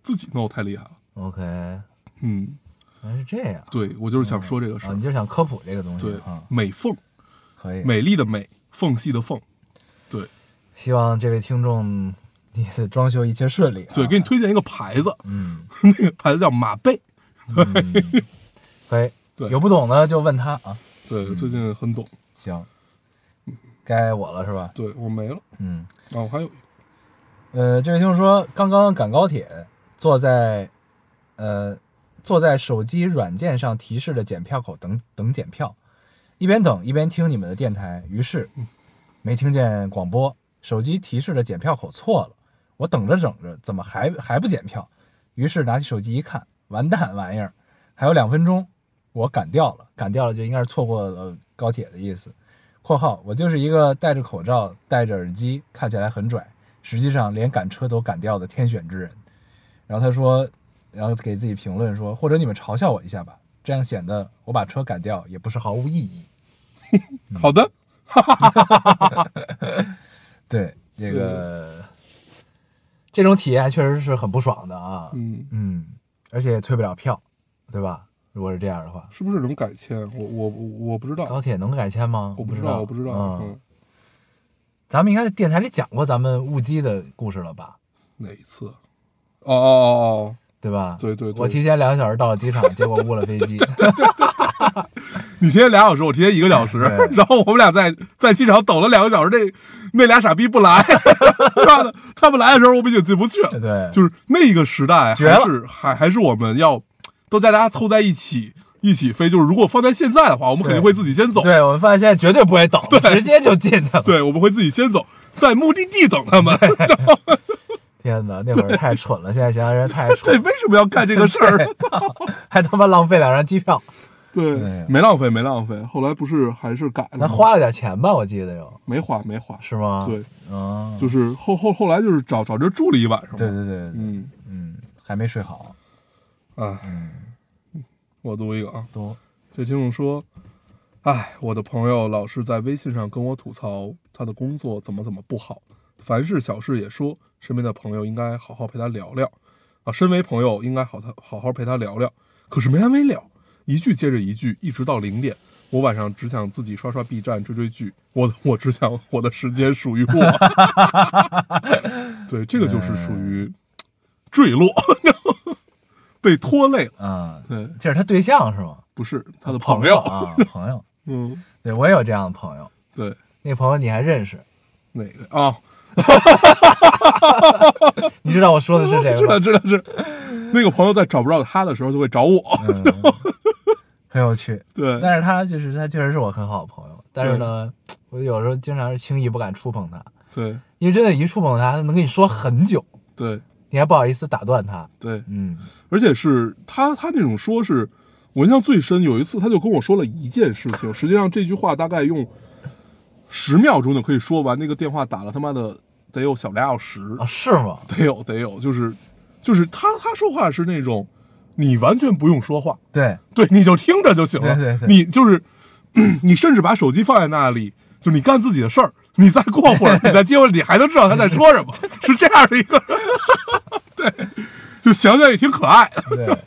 Speaker 3: 自己弄太厉害了。
Speaker 2: ，OK，原
Speaker 3: 嗯，
Speaker 2: 来是这样。
Speaker 3: 对我就是想说这个事
Speaker 2: 啊，
Speaker 3: 儿。
Speaker 2: 你就想科普这个东西
Speaker 3: 对
Speaker 2: 啊，，
Speaker 3: 美缝，
Speaker 2: 可以。
Speaker 3: 美丽的美，缝隙的缝。对
Speaker 2: 希望这位听众你的装修一切顺利、啊。
Speaker 3: 对，给你推荐一个牌子，
Speaker 2: 嗯，
Speaker 3: 那个牌子叫马贝。
Speaker 2: 嗯，可以。
Speaker 3: 对
Speaker 2: 有不懂的就问他啊。
Speaker 3: 对，最近很懂。
Speaker 2: 行，该我了是吧？
Speaker 3: 嗯对我没了。
Speaker 2: 嗯，
Speaker 3: 哦，还有一个
Speaker 2: 呃，这位听众说，刚刚赶高铁，坐在呃坐在手机软件上提示的检票口等等检票，一边等一边听你们的电台，于是没听见广播，手机提示的检票口错了。我等着等着，怎么还还不检票？于是拿起手机一看，完蛋玩意儿，还有两分钟，我赶掉了，赶掉了就应该是错过了高铁的意思。（括号我就是一个戴着口罩、戴着耳机，看起来很拽，实际上连赶车都赶掉的天选之人。）然后他说，然后给自己评论说，或者你们嘲笑我一下吧，这样显得我把车赶掉也不是毫无意义。
Speaker 3: 好的，
Speaker 2: 对，这个这种体验确实是很不爽的啊。
Speaker 3: 嗯，
Speaker 2: 嗯，而且也退不了票，对吧？如果是这样的话，
Speaker 3: 是不是能改签？我我我不知道
Speaker 2: 高，铁能改签吗？
Speaker 3: 我不
Speaker 2: 知
Speaker 3: 知道，我不知道。
Speaker 2: 嗯，
Speaker 3: 嗯，
Speaker 2: 咱们应该在电台里讲过咱们误机的故事了吧？
Speaker 3: 哪一次？哦哦哦
Speaker 2: 对吧？
Speaker 3: 对对对
Speaker 2: 我提前两个小时到了机场，结果误了飞 机。
Speaker 3: 哦，你提前俩小时，我提前一个小时，
Speaker 2: 对
Speaker 3: 然后我们俩在在机场等了两个小时，那那俩傻逼不来， 妈的，他们来的时候我们已经进不去了。
Speaker 2: 对，
Speaker 3: 就是那个时代，
Speaker 2: 绝了
Speaker 3: 还是还还是我们要都在大家凑在一起一起飞。就是如果放在现在的话，我们肯定
Speaker 2: 对
Speaker 3: 会自己先走，
Speaker 2: 对我们发现现在绝对不会等，直接就进去了。
Speaker 3: 对，我们会自己先走，在目的地等他们。
Speaker 2: 天哪，那会儿太蠢了，现在想想人家太
Speaker 3: 这
Speaker 2: 蠢，
Speaker 3: 为什么要干这个事儿？
Speaker 2: 还他妈浪费两张机票，
Speaker 3: 对，没浪费，没浪费。后来不是还是改了吗，
Speaker 2: 咱花了点钱吧？我记得有，
Speaker 3: 没花，没花。
Speaker 2: 是吗？
Speaker 3: 对，
Speaker 2: 嗯，
Speaker 3: 就是后后后来就是找找地儿住了一晚上嘛。
Speaker 2: 对对对，对
Speaker 3: 嗯，
Speaker 2: 嗯，还没睡好，
Speaker 3: 哎，我读一个啊，
Speaker 2: 都
Speaker 3: 这听众说，哎，我的朋友老是在微信上跟我吐槽他的工作怎么怎么不好，凡事小事也说，身边的朋友应该好好陪他聊聊啊，身为朋友应该好他好好陪他聊聊，可是没完没了，一句接着一句，一直到零点。我晚上只想自己刷刷 B 站，追追剧。我我只想我的时间属 于我。对，这个就是属于坠落， 被拖累了。
Speaker 2: 啊，
Speaker 3: 对，
Speaker 2: 这是他对象是吗？
Speaker 3: 不是他的
Speaker 2: 朋
Speaker 3: 朋友
Speaker 2: 啊，朋友，
Speaker 3: 嗯，
Speaker 2: 对我也有这样的朋友，
Speaker 3: 对，
Speaker 2: 那朋友你还认识？
Speaker 3: 哪个啊？
Speaker 2: 你知道我说的 是谁
Speaker 3: 知
Speaker 2: 吗
Speaker 3: 道？知道知道， 那个朋友在找不着他的时候就会找我。
Speaker 2: 嗯，很有趣。
Speaker 3: 对，
Speaker 2: 但是他就是他确实是我很好的朋友，但是呢，我有时候经常是轻易不敢触碰他，
Speaker 3: 对
Speaker 2: 因为真的，一触碰他，他能跟你说很久，
Speaker 3: 对
Speaker 2: 你还不好意思打断他。
Speaker 3: 对，
Speaker 2: 嗯，
Speaker 3: 而且是他他那种说是，我印象最深，有一次他就跟我说了一件事情，实际上这句话大概用十秒钟就可以说完，那个电话打了他妈的得有小俩小时，
Speaker 2: 啊，是吗？
Speaker 3: 得有得有，就是就是他他说话是那种你完全不用说话，
Speaker 2: 对，
Speaker 3: 对，你就听着就行了。
Speaker 2: 对对对
Speaker 3: 你就是， 你甚至把手机放在那里，就你干自己的事儿。你再过会儿，你再接过来，你还能知道他在说什么，是这样的一个。 对，就想想也挺可爱。
Speaker 2: 对，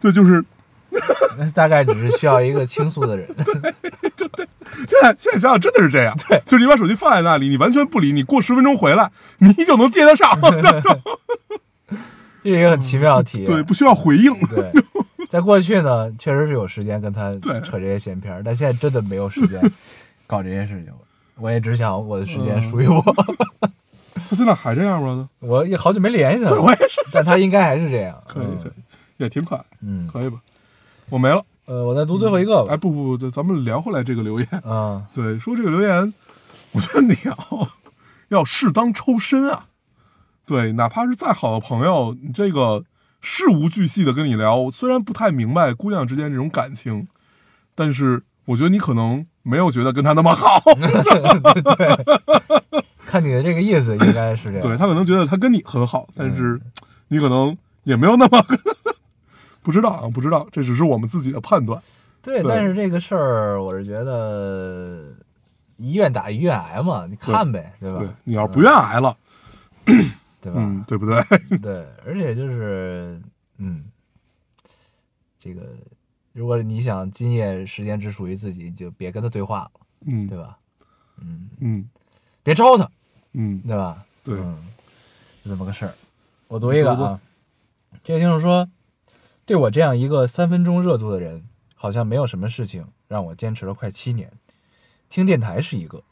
Speaker 3: 对，就是
Speaker 2: 那大概只是需要一个倾诉的人。
Speaker 3: 现在现在想想真的是这样。对，就是你把手机放在那里，你完全不理，你过十分钟回来，你依旧能接得上。
Speaker 2: 这是一个很奇妙的体验。
Speaker 3: 嗯对，不需要回应。
Speaker 2: 对，在过去呢，确实是有时间跟他
Speaker 3: 对
Speaker 2: 扯这些闲篇儿，但现在真的没有时间搞这些事情。我也只想我的时间属于我，
Speaker 3: 他现在还这样吗？
Speaker 2: 我也好久没联系他
Speaker 3: 对，我
Speaker 2: 了，
Speaker 3: 也是。
Speaker 2: 但他应该还是这样。
Speaker 3: 可以
Speaker 2: 嗯
Speaker 3: 可以，也挺可爱，
Speaker 2: 嗯，
Speaker 3: 可以吧？我没了。
Speaker 2: 呃，我再读最后一个
Speaker 3: 哎，
Speaker 2: 吧。
Speaker 3: 不不不，咱们聊回来这个留言。
Speaker 2: 啊，
Speaker 3: 对，说这个留言，我觉得你要要适当抽身啊。对，哪怕是再好的朋友，你这个事无巨细的跟你聊，虽然不太明白姑娘之间这种感情，但是我觉得你可能没有觉得跟他那么好，
Speaker 2: 看你的这个意思，应该是这样。
Speaker 3: 对他可能觉得他跟你很好，但是你可能也没有那么不知道啊，不知道，这只是我们自己的判断。
Speaker 2: 对，
Speaker 3: 对
Speaker 2: 但是这个事儿，我是觉得医院打医院挨嘛，你看呗，对
Speaker 3: 对
Speaker 2: 吧？
Speaker 3: 你要是不愿挨了，
Speaker 2: 对
Speaker 3: 嗯
Speaker 2: 吧，？
Speaker 3: 对不对？
Speaker 2: 对，而且就是，嗯，这个如果你想今夜时间只属于自己，就别跟他对话了，
Speaker 3: 嗯
Speaker 2: 对吧？嗯，
Speaker 3: 嗯
Speaker 2: 别招他，
Speaker 3: 嗯，
Speaker 2: 对吧？
Speaker 3: 对，
Speaker 2: 嗯，是这么个事儿。我读一个
Speaker 3: 你读
Speaker 2: 啊，这位听众说，对我这样一个三分钟热度的人，好像没有什么事情让我坚持了快七年。听电台是一个，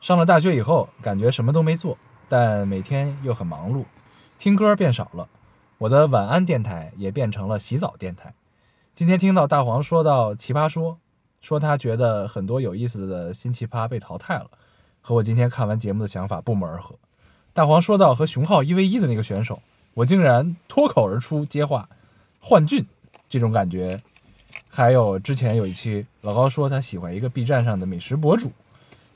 Speaker 2: 上了大学以后，感觉什么都没做，但每天又很忙碌，听歌变少了。我的晚安电台也变成了洗澡电台。今天听到大黄说到《奇葩说》，说他觉得很多有意思的新奇葩被淘汰了，和我今天看完节目的想法不谋而合。大黄说到和熊浩一 v 一的那个选手，我竟然脱口而出接话“幻俊”，这种感觉。还有之前有一期老高说他喜欢一个 B 站上的美食博主，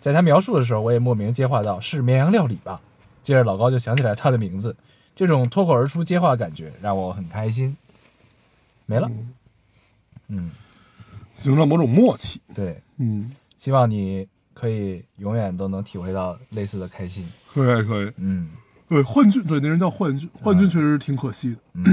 Speaker 2: 在他描述的时候，我也莫名接话到是绵羊料理吧。接着老高就想起来他的名字，这种脱口而出接话感觉让我很开心。没了，嗯，
Speaker 3: 形成了某种默契。
Speaker 2: 对，
Speaker 3: 嗯，
Speaker 2: 希望你可以永远都能体会到类似的开心。
Speaker 3: 可以可以。
Speaker 2: 嗯，
Speaker 3: 对，幻俊，对，那人叫幻俊，幻俊确实挺可惜的。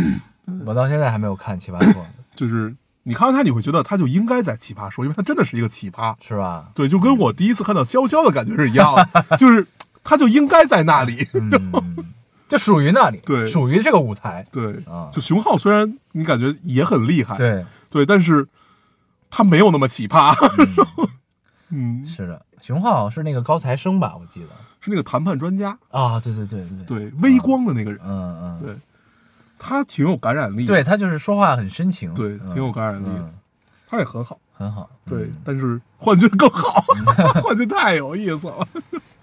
Speaker 2: 我到现在还没有看奇葩说，
Speaker 3: 就是你看完他，你会觉得他就应该在奇葩说，因为他真的是一个奇葩。
Speaker 2: 是吧？
Speaker 3: 对，就跟我第一次看到潇潇的感觉是一样 的，就是他就应该在那里。
Speaker 2: 嗯， 就属于那里，
Speaker 3: 对
Speaker 2: 属于这个舞台，
Speaker 3: 对
Speaker 2: 啊，
Speaker 3: 就熊浩虽然你感觉也很厉害，
Speaker 2: 对，
Speaker 3: 对，但是他没有那么 奇葩。
Speaker 2: 嗯
Speaker 3: 嗯，
Speaker 2: 是的。熊浩是那个高材生吧？我记得
Speaker 3: 是那个谈判专家，
Speaker 2: 啊，对对对对，
Speaker 3: 对，微光的那个人，
Speaker 2: 嗯嗯，
Speaker 3: 对他挺有感染力的，
Speaker 2: 对他就是说话很深情，
Speaker 3: 对，
Speaker 2: 嗯
Speaker 3: 挺有感染力的，
Speaker 2: 嗯，
Speaker 3: 他也很好。
Speaker 2: 很好。
Speaker 3: 对
Speaker 2: 嗯，
Speaker 3: 但是幻觉 更好，幻觉太有意思了。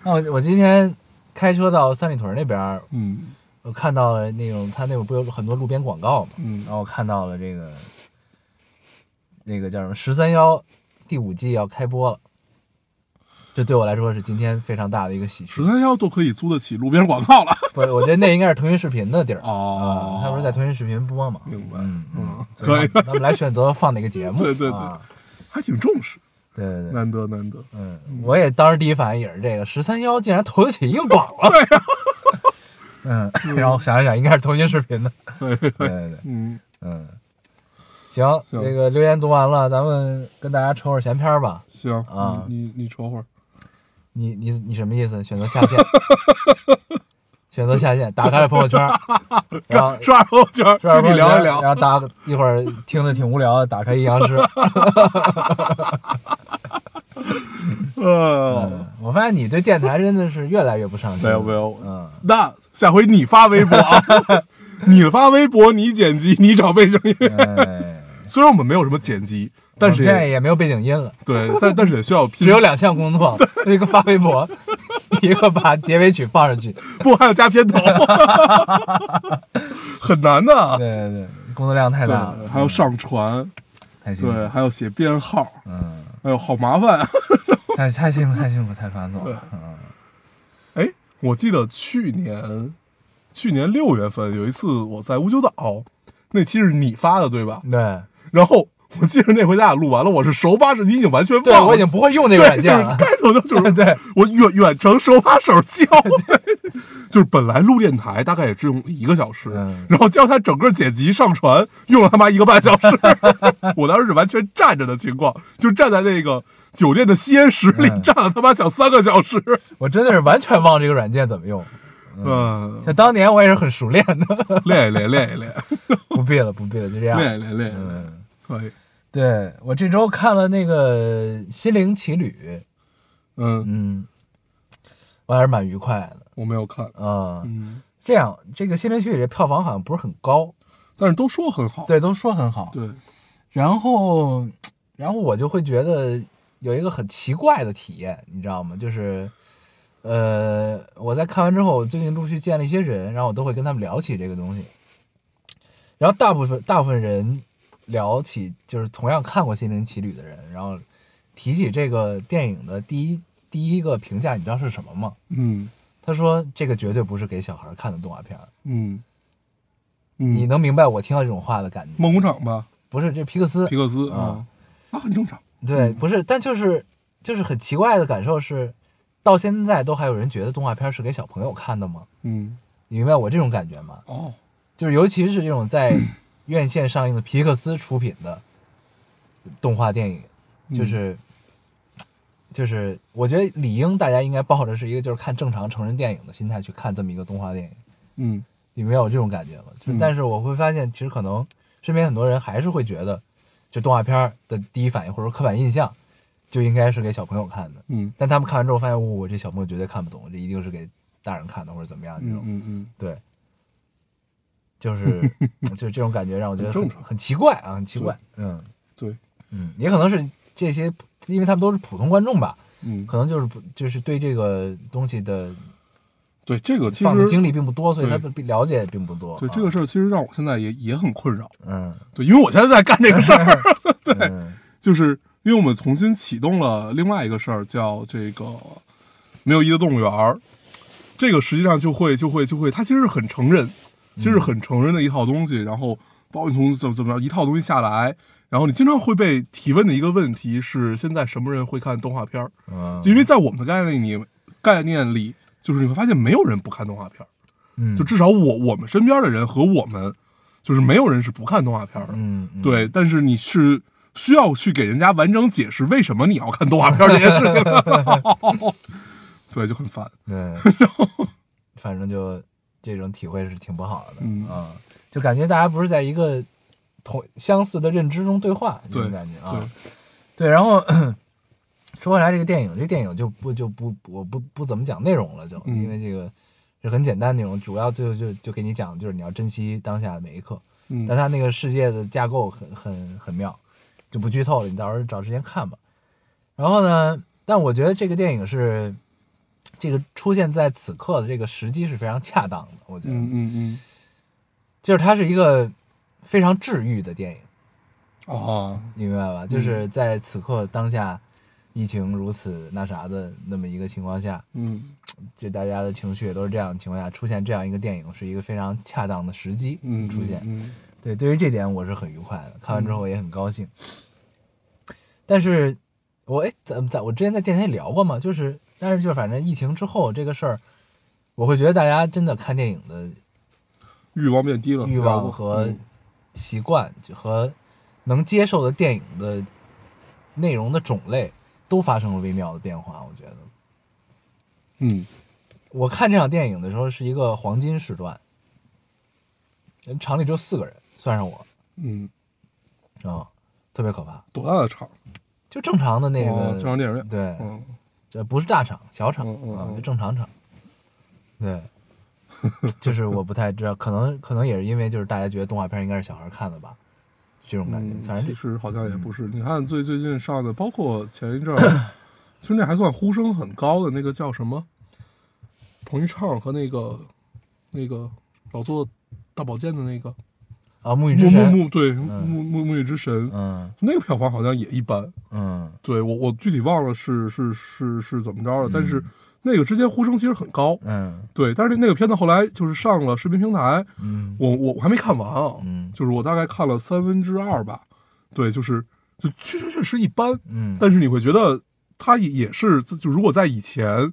Speaker 2: 那我我今天开车到三里屯那边儿，
Speaker 3: 嗯
Speaker 2: 我看到了那种他那边不有很多路边广告嘛，
Speaker 3: 嗯
Speaker 2: 然后我看到了这个那个叫什么十三幺第五季要开播了，这对我来说是今天非常大的一个喜讯
Speaker 3: 十。三幺都可以租得起路边广告了。
Speaker 2: 不，我觉得那应该是腾讯视频的地儿
Speaker 3: 哦
Speaker 2: 啊，他不是在腾讯视频播嘛？
Speaker 3: 明白，
Speaker 2: 嗯嗯，
Speaker 3: 可
Speaker 2: 所
Speaker 3: 以
Speaker 2: 他们他们来选择放哪个节目？
Speaker 3: 对对对
Speaker 2: 啊
Speaker 3: 还挺重视，
Speaker 2: 对对对，
Speaker 3: 难得难得。
Speaker 2: 嗯，我也当时第一反应也是这个，十三幺竟然投得起硬广了，对
Speaker 3: 啊
Speaker 2: 呀，嗯，然后想一想，应该是腾讯视频 的，对对对，
Speaker 3: 嗯，
Speaker 2: 嗯，行，
Speaker 3: 行
Speaker 2: 这个留言读完了，咱们跟大家抽会儿闲篇儿吧。
Speaker 3: 行，
Speaker 2: 啊
Speaker 3: 你你你瞅会儿，
Speaker 2: 你你你什么意思？选择 下线，选择下线，打开了朋友圈 儿，然后
Speaker 3: 刷朋友圈，
Speaker 2: 这样
Speaker 3: 跟你聊一聊。
Speaker 2: 然后打一会儿听着挺无聊的，打开阴阳 师。
Speaker 3: 呃，
Speaker 2: 我发现你对电台真的是越来越不上心。
Speaker 3: 没有没有，
Speaker 2: 嗯，
Speaker 3: 那下回你发微博啊， 你发微博，你剪辑，你找背景音。
Speaker 2: 哎，
Speaker 3: 虽然我们没有什么剪辑，但是
Speaker 2: 我现在
Speaker 3: 也
Speaker 2: 也没有背景 音了，
Speaker 3: 对，但但是也需要
Speaker 2: 只
Speaker 3: 拼
Speaker 2: 有两项工作，一个发微博， 一个把结尾曲放上 去。
Speaker 3: 不还要 加片头，很难的。
Speaker 2: 对对对，工作量太大
Speaker 3: 对，
Speaker 2: 了，
Speaker 3: 还要上传，
Speaker 2: 太辛苦。
Speaker 3: 对，还要写编号，
Speaker 2: 嗯，
Speaker 3: 哎呦，好麻 烦。
Speaker 2: 太太辛苦，太辛苦，太繁琐
Speaker 3: 对
Speaker 2: 了。嗯，
Speaker 3: 哎，我记得去年，去年六月份有一次我在乌九岛，那期是你发的对吧？
Speaker 2: 对
Speaker 3: 然后我记得那回咱俩录完了，我是手把手机已经完全忘
Speaker 2: 对，
Speaker 3: 了，
Speaker 2: 我已经不会用这
Speaker 3: 对
Speaker 2: 个软件
Speaker 3: 就是
Speaker 2: 了。
Speaker 3: 该怎么就是
Speaker 2: 对，
Speaker 3: 我远远程手把手 教，对 就是本来录电台大概也只用一个小时，
Speaker 2: 嗯
Speaker 3: 然后教他整个剪辑上传用了他妈一个半小时， 我当时是完全站着的情况，就站在那个酒店的吸烟室里、
Speaker 2: 嗯
Speaker 3: 站了他妈小三个小时，
Speaker 2: 我真的是完全忘这个软件怎么用。
Speaker 3: 嗯，
Speaker 2: 像当年我也是很熟练的，
Speaker 3: 啊练一练，练一练，
Speaker 2: 不必了，不必了，就这样。
Speaker 3: 练一练，练一练，
Speaker 2: 嗯，
Speaker 3: 可以，
Speaker 2: 对我这周看了那个《心灵奇旅》，
Speaker 3: 嗯，
Speaker 2: 嗯，我还是蛮愉快的
Speaker 3: 我没有看，
Speaker 2: 啊、
Speaker 3: 嗯，
Speaker 2: 这样，这个《心灵奇旅》这票房好像不是很高，
Speaker 3: 但是都说很好，
Speaker 2: 对，都说很好。
Speaker 3: 对，
Speaker 2: 然后，然后我就会觉得有一个很奇怪的体验，你知道吗？就是，呃，我在看完之后，我最近陆续见了一些人，然后我都会跟他们聊起这个东西。然后大部分大部分人聊起就是同样看过《心灵奇旅》的人，然后提起这个电影的第一第一个评价，你知道是什么吗？
Speaker 3: 嗯
Speaker 2: 他说这个绝对不是给小孩看的动画片儿。
Speaker 3: 嗯
Speaker 2: 你
Speaker 3: 嗯，
Speaker 2: 能明白我听到这种话的感觉？
Speaker 3: 梦工厂吧，
Speaker 2: 不是，这皮克斯
Speaker 3: 皮克斯
Speaker 2: 啊
Speaker 3: 啊，那很正常。
Speaker 2: 对，不是，但就是就是很奇怪的感受是，到现在都还有人觉得动画片是给小朋友看的吗？
Speaker 3: 嗯，
Speaker 2: 你明白我这种感觉吗？
Speaker 3: 哦，
Speaker 2: 就是尤其是这种在院线上映的皮克斯出品的动画电影，就是、就是我觉得理应大家应该抱着是一个就是看正常成人电影的心态去看这么一个动画电影，
Speaker 3: 嗯
Speaker 2: 你们有这种感觉吗？就是
Speaker 3: 嗯
Speaker 2: 但是我会发现，其实可能身边很多人还是会觉得，就动画片儿的第一反应或者说刻板印象就应该是给小朋友看的，
Speaker 3: 嗯
Speaker 2: 但他们看完之后发现，哦我、这小朋友绝对看不懂，这一定是给大人看的或者怎么样这
Speaker 3: 嗯
Speaker 2: 种。
Speaker 3: 嗯嗯，
Speaker 2: 对，就是 就是这种感觉让我觉得很
Speaker 3: 很正常
Speaker 2: 很奇怪啊，很奇怪。嗯
Speaker 3: 对，
Speaker 2: 嗯，也可能是这些，因为他们都是普通观众吧，
Speaker 3: 嗯，
Speaker 2: 可能就是不就是对这个东西的
Speaker 3: 对这个其
Speaker 2: 放的
Speaker 3: 实
Speaker 2: 精力并不多，所以他
Speaker 3: 对
Speaker 2: 的了解也并不多。
Speaker 3: 对
Speaker 2: 啊
Speaker 3: 这个事儿，其实让我现在也也很困扰。
Speaker 2: 嗯
Speaker 3: 对，因为我现在在干这个事 儿，
Speaker 2: 嗯
Speaker 3: 就是因为我们重新启动了另外一个事儿，叫这个没有意义的动物园儿。这个实际上就会就会就会，它其实是很成人，其实是很成人的一套东西。然后包括你从怎么怎么样一套东西下来，然后你经常会被提问的一个问题是：现在什么人会看动画片儿？
Speaker 2: 嗯，
Speaker 3: 因为在我们的概念里，概念里就是你会发现没有人不看动画片儿，
Speaker 2: 嗯
Speaker 3: 就至少我我们身边的人和我们，就是没有人是不看动画片儿的。
Speaker 2: 嗯嗯
Speaker 3: 对，但是你是需要去给人家完整解释为什么你要看动画片这件事情的， 对，就很烦。
Speaker 2: 对，反正就这种体会是挺不好的。
Speaker 3: 嗯
Speaker 2: 啊，就感觉大家不是在一个同相似的认知中对话，这
Speaker 3: 对，
Speaker 2: 种感觉啊。
Speaker 3: 对，
Speaker 2: 对，然后 说回来这个电影，这电影就不就不我不不怎么讲内容了就，
Speaker 3: 嗯
Speaker 2: 因为这个是很简单内容，主要就就就给你讲，就是你要珍惜当下的每一刻。
Speaker 3: 嗯
Speaker 2: 但它那个世界的架构很很很妙，就不剧透了，你到时候找时间看吧。然后呢，但我觉得这个电影是这个出现在此刻的这个时机是非常恰当的，我觉得，
Speaker 3: 嗯嗯嗯，
Speaker 2: 就是它是一个非常治愈的电影。
Speaker 3: 哦，
Speaker 2: 你明白吧？
Speaker 3: 嗯
Speaker 2: 就是在此刻当下，疫情如此那啥的那么一个情况下，
Speaker 3: 嗯
Speaker 2: 这大家的情绪也都是这样的情况下，出现这样一个电影是一个非常恰当的时机
Speaker 3: 嗯，
Speaker 2: 出现。
Speaker 3: 嗯
Speaker 2: 对，对于这点我是很愉快的，看完之后也很高兴。但是，我哎，咱们在我之前在电台里聊过嘛，就是，但是就是反正疫情之后这个事儿，我会觉得大家真的看电影的
Speaker 3: 欲望变低了，
Speaker 2: 欲
Speaker 3: 聊
Speaker 2: 望
Speaker 3: 过
Speaker 2: 和
Speaker 3: 嗯
Speaker 2: 习惯和能接受的电影的内容的种类都发生了微妙的变化。我觉得，
Speaker 3: 嗯
Speaker 2: 我看这场电影的时候是一个黄金时段，场里只有四个人，算上我
Speaker 3: 嗯，
Speaker 2: 啊、特别可怕。
Speaker 3: 多大的场？
Speaker 2: 就正常的那
Speaker 3: 哦，
Speaker 2: 个，
Speaker 3: 正常电影院。
Speaker 2: 对，
Speaker 3: 嗯
Speaker 2: 这不是大场，小场
Speaker 3: 嗯嗯
Speaker 2: 啊，
Speaker 3: 嗯
Speaker 2: 就正常场。对， 就是我不太知道，可能可能也是因为就是大家觉得动画片应该是小孩看的吧，这种感觉。反
Speaker 3: 嗯，
Speaker 2: 正
Speaker 3: 其
Speaker 2: 这
Speaker 3: 实好像也不是。你看最最近上的，包括前一阵儿，其实那还算呼声很高的那个叫什么，彭昱畅和那个那个老做大保健的那个。
Speaker 2: 啊，沐浴之
Speaker 3: 木
Speaker 2: 神，
Speaker 3: 木木对木木木雨之神，
Speaker 2: 嗯
Speaker 3: 那个票房好像也一般。
Speaker 2: 嗯
Speaker 3: 对我我具体忘了是是是是怎么着了，但是那个之前呼声其实很高。
Speaker 2: 嗯
Speaker 3: 对，但是那个片子后来就是上了视频平台，
Speaker 2: 嗯
Speaker 3: 我我我还没看完啊，
Speaker 2: 嗯
Speaker 3: 就是我大概看了三分之二吧。对，就是就确确确实一般，
Speaker 2: 嗯，
Speaker 3: 但是你会觉得它也也是就如果在以前。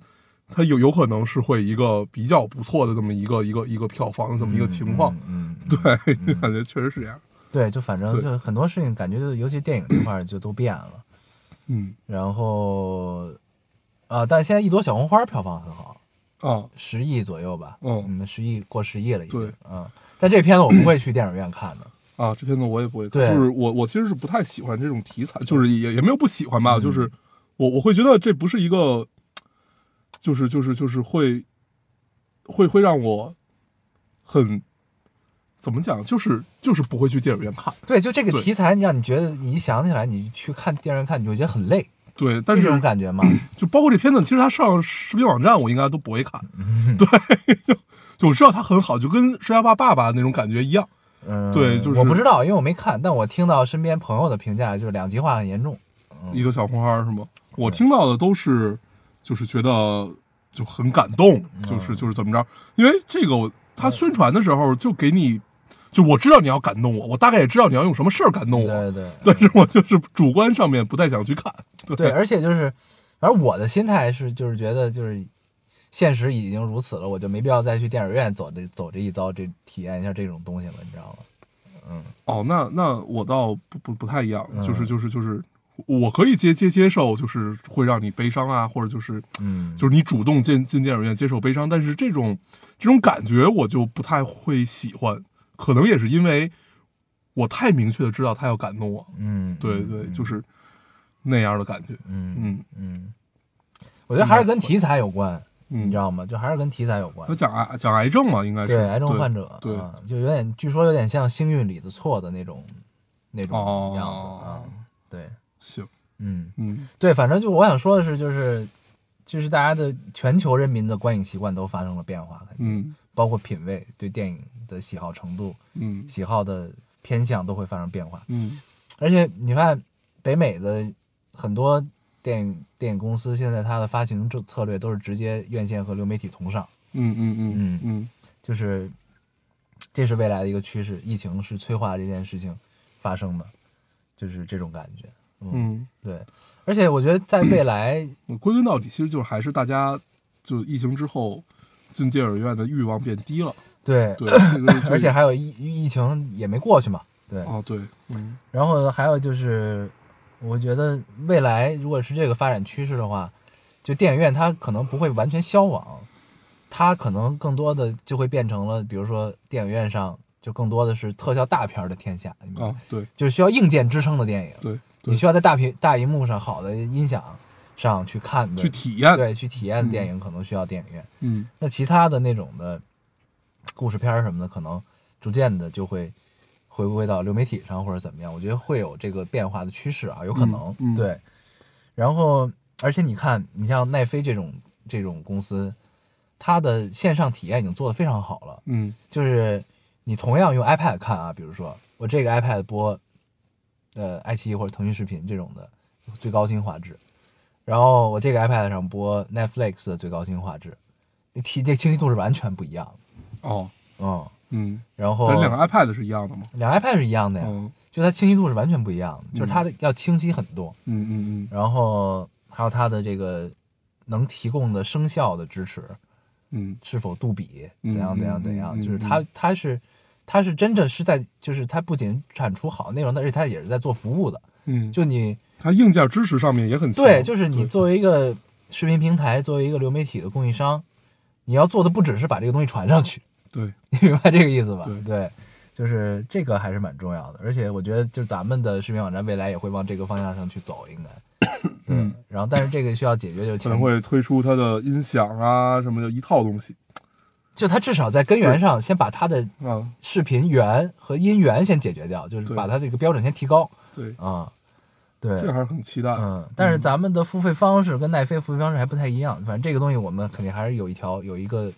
Speaker 3: 它有有可能是会一个比较不错的这么一个一个一个票房的这么一个情况，
Speaker 2: 嗯，嗯嗯
Speaker 3: 对， 感觉确实是这样，
Speaker 2: 对，就反正
Speaker 3: 对
Speaker 2: 就很多事情，感觉就尤其电影这块儿就都变了。
Speaker 3: 嗯
Speaker 2: 然后啊，但现在一朵小红花票房很好，
Speaker 3: 啊，
Speaker 2: 十亿左右吧，
Speaker 3: 嗯
Speaker 2: 嗯，十亿过十亿了已经。
Speaker 3: 对，
Speaker 2: 嗯，但这片子我不会去电影院看的。
Speaker 3: 啊，这片子我也不会
Speaker 2: 对
Speaker 3: 看，就是我我其实是不太喜欢这种题材，就是也也没有不喜欢吧，就是
Speaker 2: 嗯
Speaker 3: 我我会觉得这不是一个，就是就是就是会会会让我很怎么讲，就是就是不会去电影院看，
Speaker 2: 对，就这个
Speaker 3: 对
Speaker 2: 题材，让你觉得你一想起来，你去看电影院看，你就觉得很累，
Speaker 3: 对，但
Speaker 2: 是这种
Speaker 3: 是
Speaker 2: 感觉 嘛。
Speaker 3: 就包括这片子，其实它上视频网站我应该都不会看，
Speaker 2: 嗯
Speaker 3: 对，就我知道它很好，就跟《摔跤吧爸爸》那种感觉一样，
Speaker 2: 嗯，
Speaker 3: 对就是
Speaker 2: 我不知道，因为我没看，但我听到身边朋友的评价就是两极化很严重。嗯，
Speaker 3: 一个小红花是吗？我听到的都是，就是觉得就很感动，
Speaker 2: 嗯
Speaker 3: 就是就是怎么着？因为这个我他宣传的时候就给你，就我知道你要感动我，我大概也知道你要用什么事儿感动我，
Speaker 2: 对对
Speaker 3: 但是我就是主观上面不太想去看。
Speaker 2: 对，而且就是，反正我的心态是，就是觉得就是现实已经如此了，我就没必要再去电影院走这走这一遭，这体验一下这种东西了，你知道吗？
Speaker 3: 哦，那那我倒不不不太一样，
Speaker 2: 嗯
Speaker 3: 就是就是就是，我可以接接接受，就是会让你悲伤啊，或者就是
Speaker 2: 嗯，
Speaker 3: 就是你主动进进电影院接受悲伤，但是这种这种感觉我就不太会喜欢，可能也是因为我太明确的知道他要感动我，
Speaker 2: 嗯，
Speaker 3: 对对，就是那样的感觉，
Speaker 2: 嗯
Speaker 3: 嗯
Speaker 2: 嗯，我觉得还是跟题材有关，
Speaker 3: 嗯，
Speaker 2: 你知道吗？就还是跟题材有关
Speaker 3: 他。讲癌讲癌症嘛，应该是
Speaker 2: 对，癌症患者，
Speaker 3: 对，
Speaker 2: 啊，就有点，据说有点像《幸运里的错》的那种那种样子啊
Speaker 3: 哦，，
Speaker 2: 对，
Speaker 3: 行，
Speaker 2: 嗯。
Speaker 3: 嗯
Speaker 2: 对，反正就我想说的是，就是就是大家的全球人民的观影习惯都发生了变化，
Speaker 3: 嗯
Speaker 2: 包括品味、对电影的喜好程度、
Speaker 3: 嗯
Speaker 2: 喜好的偏向都会发生变化。
Speaker 3: 嗯
Speaker 2: 而且你看，北美的很多电影电影公司现在它的发行政策略都是直接院线和流媒体同上，
Speaker 3: 嗯嗯嗯
Speaker 2: 嗯
Speaker 3: 嗯
Speaker 2: 就是这是未来的一个趋势，疫情是催化这件事情发生的，就是这种感觉。
Speaker 3: 嗯。
Speaker 2: 对，而且我觉得在未来。
Speaker 3: 嗯归根到底，其实就是还是大家就疫情之后进电影院的欲望变低了。
Speaker 2: 对，
Speaker 3: 对，这个就是
Speaker 2: 而且还有疫疫情也没过去嘛，对。
Speaker 3: 哦，对，嗯
Speaker 2: 然后还有就是，我觉得未来如果是这个发展趋势的话，就电影院它可能不会完全消亡，它可能更多的就会变成了，比如说电影院上就更多的是特效大片儿的天下，你明白
Speaker 3: 啊
Speaker 2: 吗，
Speaker 3: 对
Speaker 2: 就是需要硬件支撑的电影，
Speaker 3: 对
Speaker 2: 你
Speaker 3: 对，
Speaker 2: 需要在大屏大荧幕上好的音响上去看的，
Speaker 3: 去体验，
Speaker 2: 对去体验的电影可能需要电影院。
Speaker 3: 嗯
Speaker 2: 那其他的那种的故事片儿什么的，可能逐渐的就会回归到流媒体上或者怎么样，我觉得会有这个变化的趋势啊，有可能。
Speaker 3: 嗯嗯
Speaker 2: 对，然后而且你看，你像奈飞这种这种公司，它的线上体验已经做得非常好了，
Speaker 3: 嗯
Speaker 2: 就是你同样用 iPad 看啊，比如说我这个 iPad 播，呃，爱奇艺或者腾讯视频这种的最高清画质，然后我这个 iPad 上播 Netflix 的最高清画质，那体这清晰度是完全不一样的，
Speaker 3: 哦
Speaker 2: 嗯，
Speaker 3: 嗯，
Speaker 2: 然后
Speaker 3: 咱两个 iPad 是一样的吗？
Speaker 2: 两个 iPad 是一样的呀，
Speaker 3: 嗯
Speaker 2: 就它清晰度是完全不一样的，就是它的要清晰很多，
Speaker 3: 嗯嗯
Speaker 2: 然后还有它的这个能提供的声效的支持，
Speaker 3: 嗯
Speaker 2: 是否杜比，
Speaker 3: 嗯
Speaker 2: 怎样怎样
Speaker 3: 嗯
Speaker 2: 怎
Speaker 3: 嗯
Speaker 2: 样，
Speaker 3: 嗯
Speaker 2: 就是
Speaker 3: 嗯
Speaker 2: 它它是它是真正是在，就是它不仅产出好内容，而且它也是在做服务的。
Speaker 3: 嗯嗯，
Speaker 2: 就你
Speaker 3: 它硬件支持上面也很强
Speaker 2: 对，就是你
Speaker 3: 对
Speaker 2: 作为一个视频平台，作为一个流媒体的供应商，你要做的不只是把这个东西传上去，
Speaker 3: 对，
Speaker 2: 你明白这个意思吧？
Speaker 3: 对
Speaker 2: 对，就是这个还是蛮重要的，而且我觉得就是咱们的视频网站未来也会往这个方向上去走，应该。 对，然后但是这个需要解决就是
Speaker 3: 嗯可
Speaker 2: 前
Speaker 3: 能会推出它的音响啊什么的一套东西
Speaker 2: 就它至少在根源上先把它的
Speaker 3: 啊，
Speaker 2: 视频源和音源先解决掉，就是
Speaker 3: 对
Speaker 2: 把它这个标准先提高
Speaker 3: 对，
Speaker 2: 啊、
Speaker 3: 这个
Speaker 2: 对，
Speaker 3: 还是很期待。
Speaker 2: 嗯，但是咱们的付费方式跟奈飞付费方式还不太一样，反正这个东西我们肯定还是有一条有一个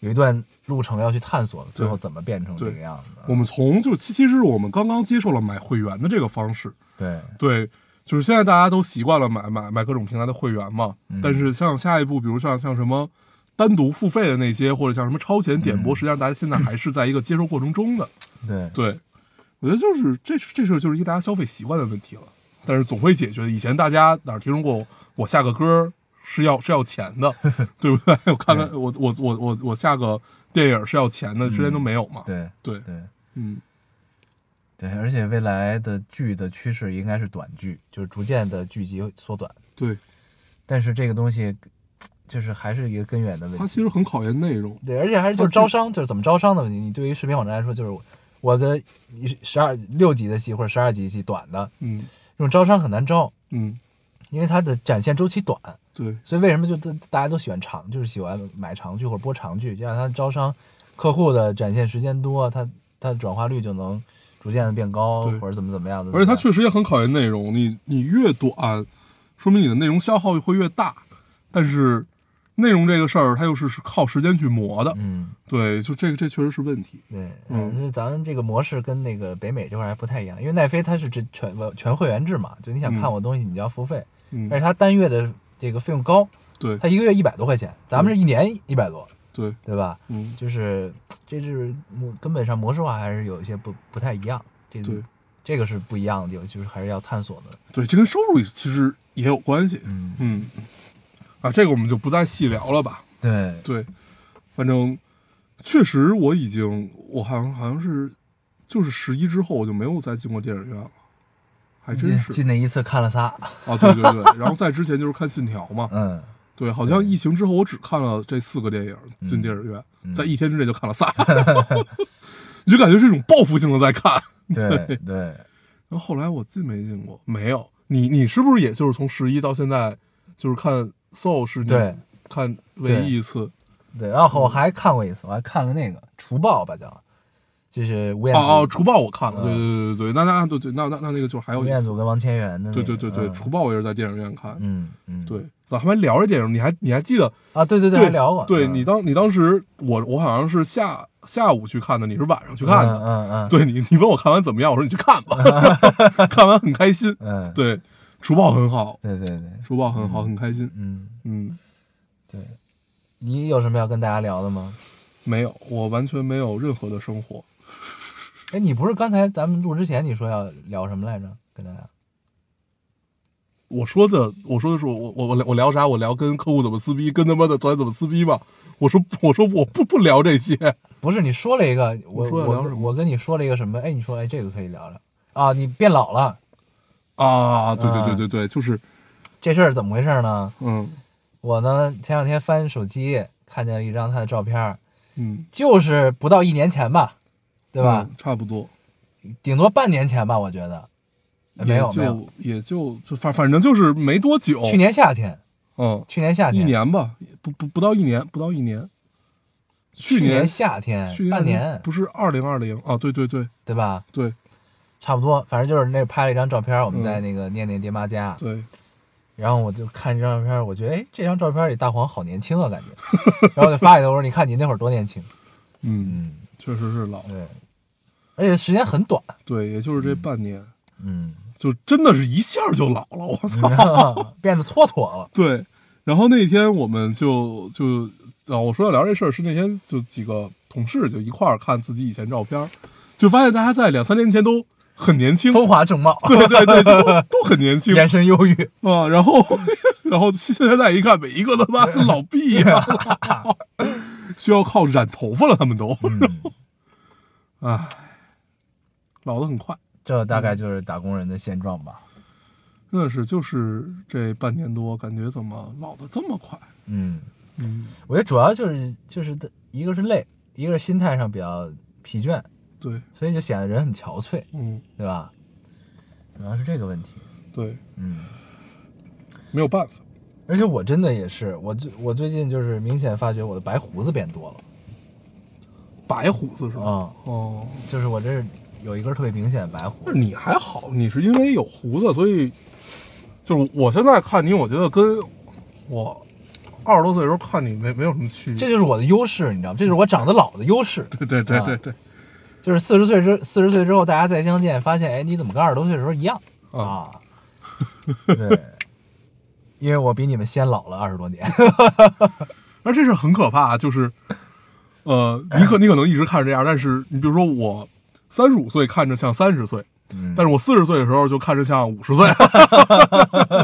Speaker 2: 有一段路程要去探索，最后怎么变成这个样子。
Speaker 3: 我们从就其其实我们刚刚接受了买会员的这个方式，
Speaker 2: 对，
Speaker 3: 对，就是现在大家都习惯了买买买各种平台的会员嘛，
Speaker 2: 嗯
Speaker 3: 但是像下一步，比如像像什么单独付费的那些，或者像什么超前点播，
Speaker 2: 嗯
Speaker 3: 实际上大家现在还是在一个接受过程中的。
Speaker 2: 对，
Speaker 3: 对，我觉得就是这这事儿就是一大家消费习惯的问题了，但是总会解决的。以前大家哪儿听说过我下个歌儿是要是要钱的，对不对？我看看我我我我我下个电影是要钱的，之前都没有嘛。
Speaker 2: 对，
Speaker 3: 对，
Speaker 2: 对，
Speaker 3: 嗯
Speaker 2: 对，而且未来的剧的趋势应该是短剧，就是逐渐的剧集缩短。
Speaker 3: 对，
Speaker 2: 但是这个东西就是还是一个根源的问
Speaker 3: 它
Speaker 2: 题。
Speaker 3: 其实很考验内容。
Speaker 2: 对，而且还是就是招商，就是怎么招商的问题。你对于视频网站来说，就是我的十二六集的戏或者十二集戏短的，
Speaker 3: 嗯
Speaker 2: 用招商很难招，
Speaker 3: 嗯，
Speaker 2: 因为它的展现周期短，
Speaker 3: 对。
Speaker 2: 所以为什么就大大家都喜欢长，就是喜欢买长剧或者播长剧，这样它招商客户的展现时间多，它它的转化率就能逐渐的变高，
Speaker 3: 对
Speaker 2: 或者怎么怎么样的。
Speaker 3: 而且它
Speaker 2: 对吧
Speaker 3: 确实也很考验内容，你你越短，说明你的内容消耗会越大，但是内容这个事儿，它又是是靠时间去磨的。
Speaker 2: 嗯，
Speaker 3: 对，就这个这确实是问题。
Speaker 2: 对，
Speaker 3: 嗯
Speaker 2: 嗯，就是咱们这个模式跟那个北美这块儿还不太一样，因为奈飞它是这全全会员制嘛，就你想看我东西，你就要付费，
Speaker 3: 嗯
Speaker 2: 而，且它单月的这个费用高，
Speaker 3: 对
Speaker 2: 它一个月一百多块钱，咱们是一年一百多，
Speaker 3: 对，
Speaker 2: 对吧？
Speaker 3: 嗯
Speaker 2: 就是这是模根本上模式化还是有一些不不太一样，这
Speaker 3: 对
Speaker 2: 这个是不一样的地方，就是还是要探索的。
Speaker 3: 对，这跟收入其实也有关系。
Speaker 2: 嗯，
Speaker 3: 嗯，啊，这个我们就不再细聊了吧。
Speaker 2: 对，
Speaker 3: 对，反正确实我已经，我好像好像是就是十一之后我就没有再进过电影院了，还真
Speaker 2: 进
Speaker 3: 是
Speaker 2: 进那一次看了 仨，
Speaker 3: 啊，对对对。然后在之前就是看《信条》嘛，
Speaker 2: 嗯，
Speaker 3: 对，好像疫情之后我只看了这四个电
Speaker 2: 嗯
Speaker 3: 影，进电影院，在一天之内就看了仨， 你就感觉是一种报复性的在看。
Speaker 2: 对对，
Speaker 3: 然后后来我进没进过？没有。你你是不是也就是从十一到现在，就是看 Soul 是你
Speaker 2: 对
Speaker 3: 看唯一一次？
Speaker 2: 对，然后我还看过一次，我还看了那个《除暴》吧，叫，就是吴彦
Speaker 3: 哦哦，
Speaker 2: 祖、
Speaker 3: 除暴我看了，对
Speaker 2: 嗯
Speaker 3: 对对对对，那那对对那那那那个就是还有
Speaker 2: 吴
Speaker 3: 一
Speaker 2: 彦
Speaker 3: 次
Speaker 2: 祖，跟王千源的、那
Speaker 3: 对
Speaker 2: 个，
Speaker 3: 对对对，
Speaker 2: 嗯
Speaker 3: 除暴我也是在电影院看。
Speaker 2: 嗯嗯，
Speaker 3: 对，咱还聊这电影，你还你还记得？
Speaker 2: 啊，对对对，还聊过，
Speaker 3: 对
Speaker 2: 嗯
Speaker 3: 你当你当时我我好像是下下午去看的，你是晚上去看的。
Speaker 2: 嗯嗯，
Speaker 3: 对你你问我看完怎么样，我说你去看 吧，看完很开心。
Speaker 2: 嗯，嗯
Speaker 3: 对，除暴很好，
Speaker 2: 对对对，
Speaker 3: 除暴很好，很开心。
Speaker 2: 嗯，
Speaker 3: 嗯。
Speaker 2: 对，你有什么要跟大家聊的吗？
Speaker 3: 没有，我完全没有任何的生活。
Speaker 2: 哎，你不是刚才咱们录之前你说要聊什么来着？跟大家
Speaker 3: 我说的，我说的是我我我我聊啥？我聊跟客户怎么撕逼，跟他妈的昨天怎么撕逼吧。我说我说我不不聊这些。
Speaker 2: 不是你说了一个，我
Speaker 3: 我说要聊
Speaker 2: 我
Speaker 3: 什么
Speaker 2: 我跟你说了一个什么？哎，你说哎这个可以聊聊啊，你变老了，
Speaker 3: 啊，对对
Speaker 2: 啊
Speaker 3: 对对对，就是
Speaker 2: 这事儿怎么回事呢？
Speaker 3: 嗯
Speaker 2: 我呢前两天翻手机看见了一张他的照片儿，
Speaker 3: 嗯，
Speaker 2: 就是不到一年前吧，对吧
Speaker 3: 嗯？差不多，
Speaker 2: 顶多半年前吧，我觉得。呃没有
Speaker 3: 也
Speaker 2: 没有，
Speaker 3: 就也就就反反正就是没多久，
Speaker 2: 去年夏天，
Speaker 3: 嗯，
Speaker 2: 去年夏
Speaker 3: 一
Speaker 2: 天，
Speaker 3: 年吧，不不不到一年，不到一年。
Speaker 2: 去
Speaker 3: 去年
Speaker 2: 夏天，
Speaker 3: 去年
Speaker 2: 半年，
Speaker 3: 不是二零二零啊？对对对
Speaker 2: 对吧？
Speaker 3: 对
Speaker 2: 差不多，反正就是那拍了一张照片，我们
Speaker 3: 嗯
Speaker 2: 在那个念念爹妈家，
Speaker 3: 对，
Speaker 2: 然后我就看这张照片，我觉得哎，这张照片里大黄好年轻啊，感 觉。然后我就发给他，我说你看你那会儿多年轻。
Speaker 3: 嗯，
Speaker 2: 嗯，
Speaker 3: 确实是老，
Speaker 2: 对，而且时间很短。
Speaker 3: 对，也就是这半年。
Speaker 2: 嗯，
Speaker 3: 就真的是一下就老了，我操！
Speaker 2: 变得蹉跎 了。
Speaker 3: 嗯对，然后那天我们就就啊，我说要聊这事儿，是那天就几个同事就一块儿看自己以前照片儿，就发现大家在两三年前都很年轻，
Speaker 2: 风华正茂，
Speaker 3: 对对对，都 都很年 轻
Speaker 2: 眼神忧郁。
Speaker 3: 啊。然后 然后现在一看，每一个他妈跟老毕一样， 需要靠染头发了，他们都，
Speaker 2: 嗯，
Speaker 3: 唉，老得很快，
Speaker 2: 这大概就是打工人的现状吧。
Speaker 3: 真的是就是这半年多，感觉怎么老得这么快？
Speaker 2: 嗯，
Speaker 3: 嗯，
Speaker 2: 我觉得主要就是就是一个是累，一个是心态上比较疲倦，
Speaker 3: 对，
Speaker 2: 所以就显得人很憔悴，
Speaker 3: 嗯，
Speaker 2: 对吧？主要是这个问题。
Speaker 3: 对，
Speaker 2: 嗯。
Speaker 3: 没有办法。
Speaker 2: 而且我真的也是，我最我最近就是明显发觉我的白胡子变多了
Speaker 3: 白胡子是吧？
Speaker 2: 啊、
Speaker 3: 哦，
Speaker 2: 就是我这儿有一根特别明显的白胡
Speaker 3: 但
Speaker 2: 子
Speaker 3: 是，你还好，你是因为有胡子，所以就是我现在看你，我觉得跟我二十多岁的时候看你没没有什么区
Speaker 2: 这
Speaker 3: 别。
Speaker 2: 就是我的优势，你知道吗？这就是我长得老的优势，
Speaker 3: 对对对对对
Speaker 2: 就是四十岁之四十岁之后，大家再相见，发现哎，你怎么跟二十多岁的时候一样
Speaker 3: 啊！
Speaker 2: 啊？对，因为我比你们先老了二十多年。
Speaker 3: 而这是很可怕，就是呃，你可你可能一直看着这样，但是你比如说我三十五岁看着像三十岁，
Speaker 2: 嗯
Speaker 3: 但是我四十岁的时候就看着像五十岁。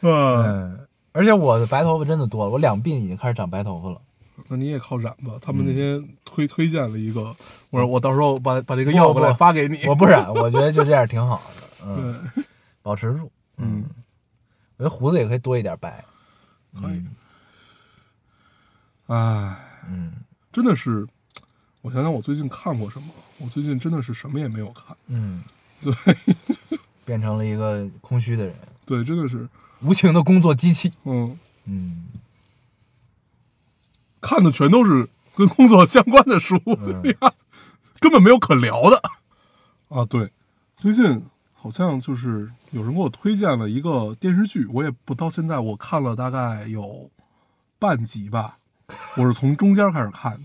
Speaker 3: 嗯，
Speaker 2: 嗯，而且我的白头发真的多了，我两鬓已经开始长白头发了。
Speaker 3: 那你也靠染吧。他
Speaker 2: 嗯
Speaker 3: 们那天推推荐了一个，我说我到时候把把这个药
Speaker 2: 不
Speaker 3: 过来
Speaker 2: 不
Speaker 3: 发给你。
Speaker 2: 我嗯不染，我觉得就这样挺好 的，嗯，
Speaker 3: 对。
Speaker 2: 保持住。
Speaker 3: 嗯，
Speaker 2: 我觉得胡子也可以多一点白。
Speaker 3: 可以。嗯唉，
Speaker 2: 嗯
Speaker 3: 真的是，我想想我最近看过什么？我最近真的是什么也没有看。
Speaker 2: 嗯，
Speaker 3: 对
Speaker 2: 变成了一个空虚的人，
Speaker 3: 对，真的是，
Speaker 2: 无情的工作机器。
Speaker 3: 嗯，
Speaker 2: 嗯，
Speaker 3: 看的全都是跟工作相关的书，
Speaker 2: 嗯
Speaker 3: 根本没有可聊的。啊，对，最近好像就是有人给我推荐了一个电视剧，我也不到现在我看了大概有半集吧，我是从中间开始看，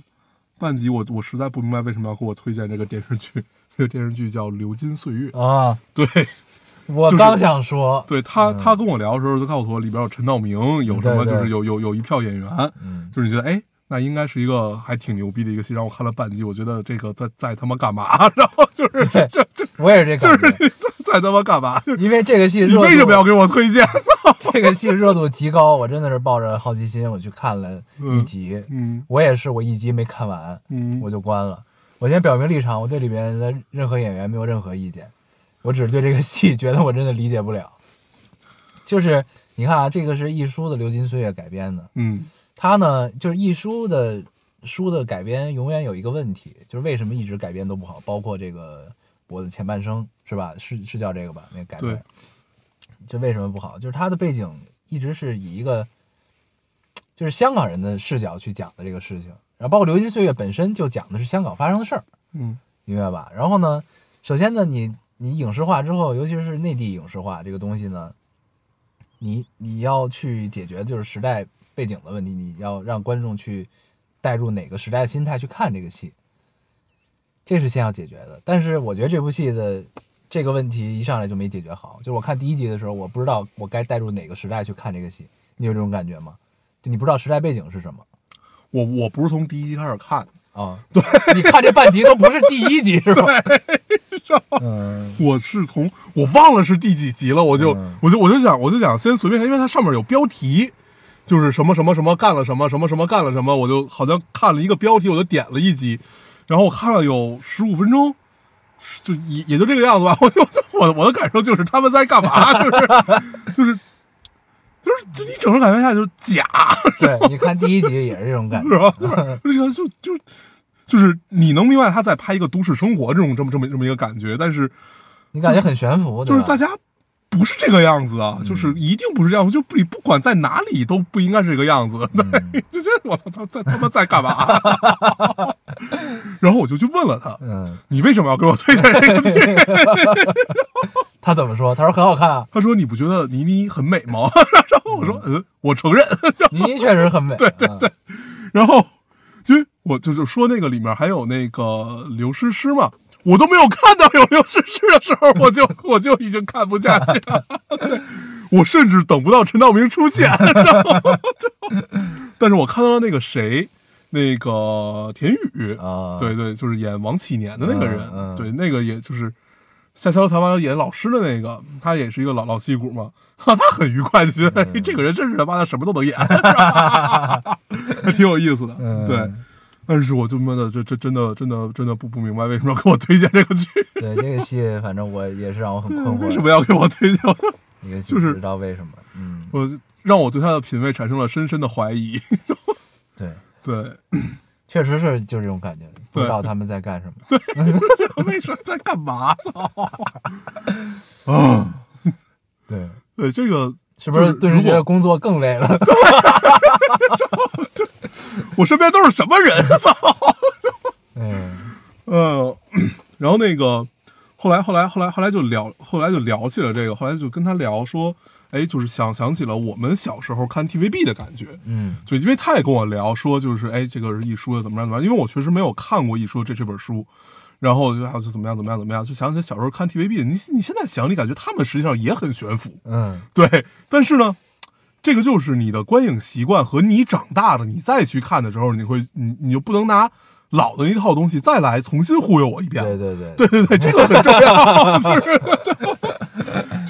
Speaker 3: 半集我我实在不明白为什么要给我推荐这个电视剧， 这个电视剧叫《流金岁月》。
Speaker 2: 啊！
Speaker 3: 对，
Speaker 2: 我
Speaker 3: 就是
Speaker 2: 刚想说，
Speaker 3: 对他他跟我聊的时候就告诉我里边有陈道明，有什么
Speaker 2: 嗯对对
Speaker 3: 就是有有有一票演员，
Speaker 2: 嗯
Speaker 3: 就是你觉得哎。那应该是一个还挺牛逼的一个戏，然后我看了半集，我觉得这个在在他妈干嘛？ 然后 就是
Speaker 2: 对
Speaker 3: 这这
Speaker 2: 我也是这
Speaker 3: 就
Speaker 2: 感觉，
Speaker 3: 是在在他妈干嘛？ 就是
Speaker 2: 因为这个戏
Speaker 3: 你
Speaker 2: 热
Speaker 3: 为什么要
Speaker 2: 度，
Speaker 3: 给我推荐？
Speaker 2: 这个戏热度极高，我真的是抱着好奇心我去看了一
Speaker 3: 嗯
Speaker 2: 集，
Speaker 3: 嗯
Speaker 2: 我也是我一集没看完
Speaker 3: 嗯，
Speaker 2: 我就关了。我先表明立场，我对里面的任何演员没有任何意见，我只是对这个戏觉得我真的理解不了。就是你看啊，这个是一书的《流金岁月》改编的，
Speaker 3: 嗯
Speaker 2: 它呢，就是一书的书的改编永远有一个问题，就是为什么一直改编都不好，包括这个我的前半生是吧？是是叫这个吧？那个改编
Speaker 3: 对，
Speaker 2: 就为什么不好？就是它的背景一直是以一个就是香港人的视角去讲的这个事情，然后包括《流金岁月》本身就讲的是香港发生的事儿，
Speaker 3: 嗯
Speaker 2: 明白吧？然后呢，首先呢，你你影视化之后，尤其是内地影视化这个东西呢，你你要去解决就是时代背景的问题，你要让观众去带入哪个时代的心态去看这个戏，这是先要解决的。但是我觉得这部戏的这个问题一上来就没解决好，就是我看第一集的时候，我不知道我该带入哪个时代去看这个戏，你有这种感觉吗？就你不知道时代背景是什么。
Speaker 3: 我我不是从第一集开始看，
Speaker 2: 啊、对，你看这半集都不是第一集是吧？
Speaker 4: 嗯，
Speaker 3: 我是从我忘了是第几集了，我就、
Speaker 4: 嗯
Speaker 3: 我就我就想我就想先随便看，因为它上面有标题，就是什么什么什么干了什么什么什么干了什么，我就好像看了一个标题，我就点了一集，然后我看了有十五分钟，就也也就这个样子吧。 我就我我的感受就是他们在干嘛，就是 就是就是就你整个感觉下来就是假，
Speaker 2: 对，你看第一集也是这种感
Speaker 3: 是
Speaker 2: 觉。
Speaker 3: 吧？就是就就就是你能明白他在拍一个都市生活这种这么这么这么一个感觉，但是。
Speaker 2: 你感觉很悬浮，
Speaker 3: 就是
Speaker 2: 对
Speaker 3: 大
Speaker 2: 吧？嗯
Speaker 3: 家不是这个样子啊，就是一定不是这样，就不你不管在哪里都不应该是这个样子。
Speaker 2: 嗯
Speaker 3: 对， 就这我操，他在他妈在干嘛？ 然后我就去问了他，
Speaker 2: 嗯，
Speaker 3: 你为什么要给我推荐这个剧？
Speaker 2: 他怎么说？他说很好看 啊，
Speaker 3: 他说你不觉得倪妮很美吗？ 然后我说嗯，我承认。
Speaker 2: 倪妮确实很美。啊嗯对对对，
Speaker 3: 然后因为我就就说那个里面还有那个刘诗诗嘛。我都没有看到有刘诗诗的时候，我就我就已经看不下去了。 对，我甚至等不到陈道明出现，你知道吗？就但是我看到了那个谁，那个田雨
Speaker 2: 啊
Speaker 3: 对对，就是演王启年的那个人，
Speaker 2: 嗯嗯
Speaker 3: 对，那个也就是《下桥台湾》演老师的那个，他也是一个老老戏骨嘛。 他很愉快，就觉
Speaker 2: 嗯
Speaker 3: 得、哎这个人真是他妈的什么都能演， 还 挺有意思的。
Speaker 2: 嗯
Speaker 3: 对，但是我就妈的，这这真的真的真的不不明白为什么要给我推荐这个剧，
Speaker 2: 对这个戏，反正我也是让 我很困惑。
Speaker 3: 为什么要给我推荐？
Speaker 2: 一个戏
Speaker 3: 就是
Speaker 2: 不知道为什么？嗯，
Speaker 3: 我让我对他的品味产生了深深的怀疑。
Speaker 2: 对，
Speaker 3: 对，
Speaker 2: 确实是就是这种感觉，不知
Speaker 3: 对
Speaker 2: 道他们在干什么。
Speaker 3: 为什么在 干嘛？ 操！啊，
Speaker 2: 对，
Speaker 3: 对这个
Speaker 2: 是不是
Speaker 3: 就是
Speaker 2: 顿时
Speaker 3: 如
Speaker 2: 觉
Speaker 3: 果
Speaker 2: 得工作更累了？
Speaker 3: 我身边都是什么人？ 操！
Speaker 2: 嗯，
Speaker 3: 呃， 然后那个后来后来后来后来就聊，后来就聊起了这个，后来就跟他聊说，哎，就是想想起了我们小时候看 TVB 的感觉。
Speaker 2: 嗯，
Speaker 3: 就因为他也跟我聊说，就是哎，这个是一书的怎么样怎么样，因为我确实没有看过一书这这本书，然后就啊就怎么样怎么样怎么样，就想起小时候看 TVB，你你现在想，你感觉他们实际上也很悬浮，
Speaker 2: 嗯，
Speaker 3: 对，但是呢，这个就是你的观影习惯和你长大了，你再去看的时候，你会你你就不能拿老的一套东西再来重新忽悠我一遍。
Speaker 2: 对对对，
Speaker 3: 对对对，这个很重要。 就是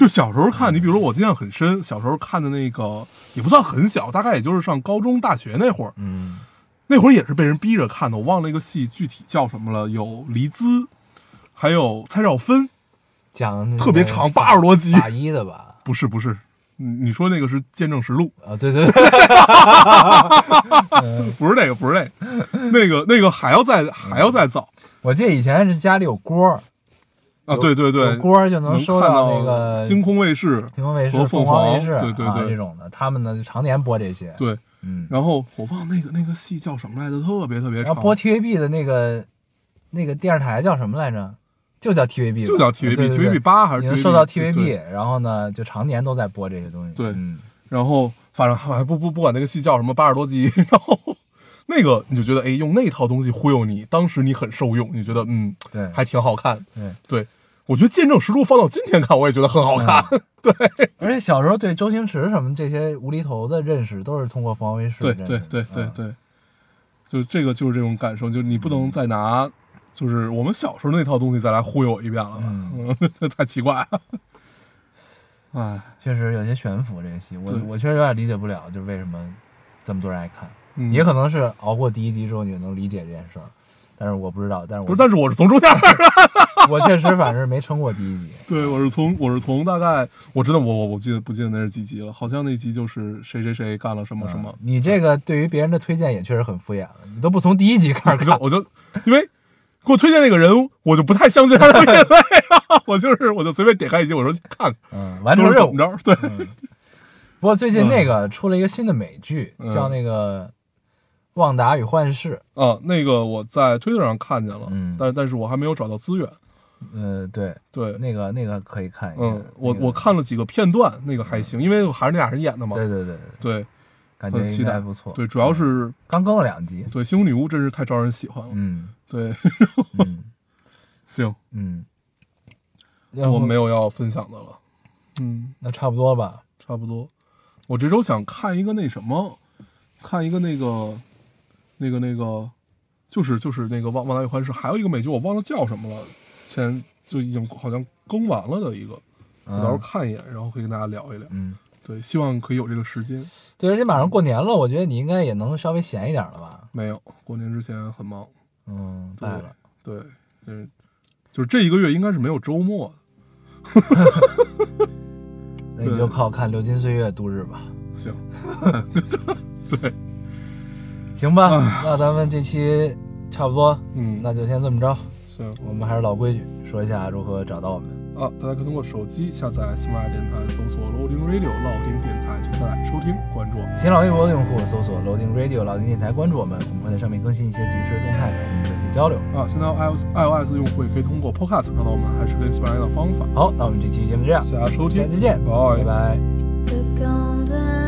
Speaker 3: 就小时候看，你比如说我印象很深，小时候看的那个也不算很小，大概也就是上高中、大学那会儿，
Speaker 2: 嗯
Speaker 3: 那会儿也是被人逼着看的。我忘了那个戏具体叫什么了，有黎姿，还有蔡少芬，
Speaker 2: 讲那个
Speaker 3: 特别长，八十多集。
Speaker 2: 大一的吧？
Speaker 3: 不是不是，你你说那个是《见证实录》。
Speaker 2: 啊，对对对，
Speaker 3: 不是那个，不是那个， 那个那个还要再还要再早
Speaker 2: 我记得以前是家里有锅儿，
Speaker 3: 啊！
Speaker 2: 有
Speaker 3: 对对对
Speaker 2: 有，锅儿就能
Speaker 3: 能
Speaker 2: 收
Speaker 3: 看
Speaker 2: 到那个
Speaker 3: 星空卫视，
Speaker 2: 屏风卫视、
Speaker 3: 和
Speaker 2: 凤
Speaker 3: 凤
Speaker 2: 凰
Speaker 3: 凰
Speaker 2: 卫视，
Speaker 3: 对对
Speaker 2: 啊、
Speaker 3: 对
Speaker 2: 这种的，他们呢就常年播这些。，
Speaker 3: 对，
Speaker 2: 嗯，
Speaker 3: 然后我忘了那个那个戏叫什么来着，特别特别
Speaker 2: 然
Speaker 3: 长，
Speaker 2: 后播 TVB 的那个那个电视台叫什么来着？就叫 TVB，吧
Speaker 3: 就叫
Speaker 2: 对对
Speaker 3: TVB，TVB
Speaker 2: 对
Speaker 3: 八还是
Speaker 2: 你能收到
Speaker 3: TVB 对
Speaker 2: TVB，然后呢就常年都在播这些东西。
Speaker 3: 对
Speaker 2: 嗯
Speaker 3: 然后反正还不不不管那个戏叫什么八十多集， 然后那个你就觉得，哎，用那套东西忽悠你，当时你很受用，你觉得嗯，
Speaker 2: 对
Speaker 3: 还挺好看。
Speaker 2: 对
Speaker 3: 对，我觉得《见证实录》放到今天看，我也觉得很好
Speaker 2: 嗯
Speaker 3: 看。
Speaker 2: 而且小时候对周星驰什么这些无厘头的认识，都是通过凤凰卫视
Speaker 3: 对
Speaker 2: 认识的
Speaker 3: 对对对
Speaker 2: 嗯
Speaker 3: 对，就是这个就是这种感受，就你不能再拿就是我们小时候那套东西再来忽悠我一遍了吧， 嗯，太奇怪 了。哎，
Speaker 2: 确实有些悬浮这个戏，我
Speaker 3: 对
Speaker 2: 我确实有点理解不了，就是为什么这么多人爱看。
Speaker 3: 嗯
Speaker 2: 也可能是熬过第一集之后，你就能理解这件事儿，但是我不知道，但是
Speaker 3: 不
Speaker 2: 我
Speaker 3: 是，但是我是从中间儿，
Speaker 2: 我确实反正是没撑过第一集。
Speaker 3: 对我是从我是从大概我真的我我我记得不记得那是几集了，好像那集就是谁谁谁干了 什么什么
Speaker 2: 嗯，你这个对于别人的推荐也确实很敷衍了，你都不从第一集开始
Speaker 3: 我就
Speaker 2: 看，
Speaker 3: 我就因为。给我推荐那个人，我就不太相信 他的眼泪啊！ 我就是，我就随便点开一集，我说看看，
Speaker 2: 嗯，完
Speaker 3: 都
Speaker 2: 成
Speaker 3: 是怎
Speaker 2: 任
Speaker 3: 么
Speaker 2: 务。
Speaker 3: 着？对，
Speaker 2: 不过最近那个出了一个新的美剧，
Speaker 3: 嗯
Speaker 2: 叫那个《旺达与幻视
Speaker 3: 啊，那个我在推特上看见了，
Speaker 2: 嗯
Speaker 3: 但但是我还没有找到资源。》。
Speaker 2: 呃，对，
Speaker 3: 对，
Speaker 2: 那个那个可以看一下。
Speaker 3: 嗯，我
Speaker 2: 那个嗯
Speaker 3: 我看了几个片段，那个还行，因为还是那俩人演的嘛。
Speaker 2: 对哦嗯对对，对
Speaker 3: 对
Speaker 2: 感觉
Speaker 3: 很期
Speaker 2: 应
Speaker 3: 待
Speaker 2: 该不错。
Speaker 3: 对，主要是
Speaker 2: 刚更了两集。
Speaker 3: 对《星空女巫》真是太招人喜欢了。
Speaker 2: 嗯
Speaker 3: 对，
Speaker 2: 嗯
Speaker 3: 行，
Speaker 2: 嗯，
Speaker 3: 那
Speaker 2: 那
Speaker 3: 我没有要分享的了。嗯，
Speaker 2: 那差不多吧。
Speaker 3: 差不多。我这周想看一个那什么，看一个那个，那个那个，就是就是那个《旺旺达与幻视》，还有一个美剧我忘了叫什么了，前就已经好像更完了的一个，我到时候
Speaker 2: 嗯
Speaker 3: 看一眼，然后可以跟大家聊一聊。
Speaker 2: 嗯，
Speaker 3: 对，希望可以有这个时间。
Speaker 2: 对，而且马上过年了，我觉得你应该也能稍微闲一点了吧？
Speaker 3: 没有，过年之前很忙。
Speaker 2: 嗯，
Speaker 3: 对
Speaker 2: 拜了。
Speaker 3: 对，嗯，就是这一个月应该是没有周末的。
Speaker 2: 那你就靠看《流金岁月》度日吧。
Speaker 3: 行， 对，
Speaker 2: 行吧，
Speaker 3: 哎
Speaker 2: 那咱们这期差不多，
Speaker 3: 嗯，
Speaker 2: 那就先这么着。
Speaker 3: 行
Speaker 2: 我们还是老规矩，说一下如何找到我们。
Speaker 3: 啊，大家可以通过手机下载喜马拉雅电台，搜索 Loading Radio 老丁电台去下载收听关注我们。
Speaker 2: 新浪微博的用户搜索 Loading Radio 老丁电台，关注我们，我们会在上面更新一些即时动态，来与我们做一些交流。
Speaker 3: 啊，现在 iOS iOS 用户也可以通过 Podcast 找到我们，还是跟喜马拉雅的方法。
Speaker 2: 好，那我们这期节目就这样，
Speaker 3: 谢谢大家收
Speaker 2: 下
Speaker 3: 听
Speaker 2: 期，见，
Speaker 3: 拜
Speaker 2: 拜拜。
Speaker 5: The golden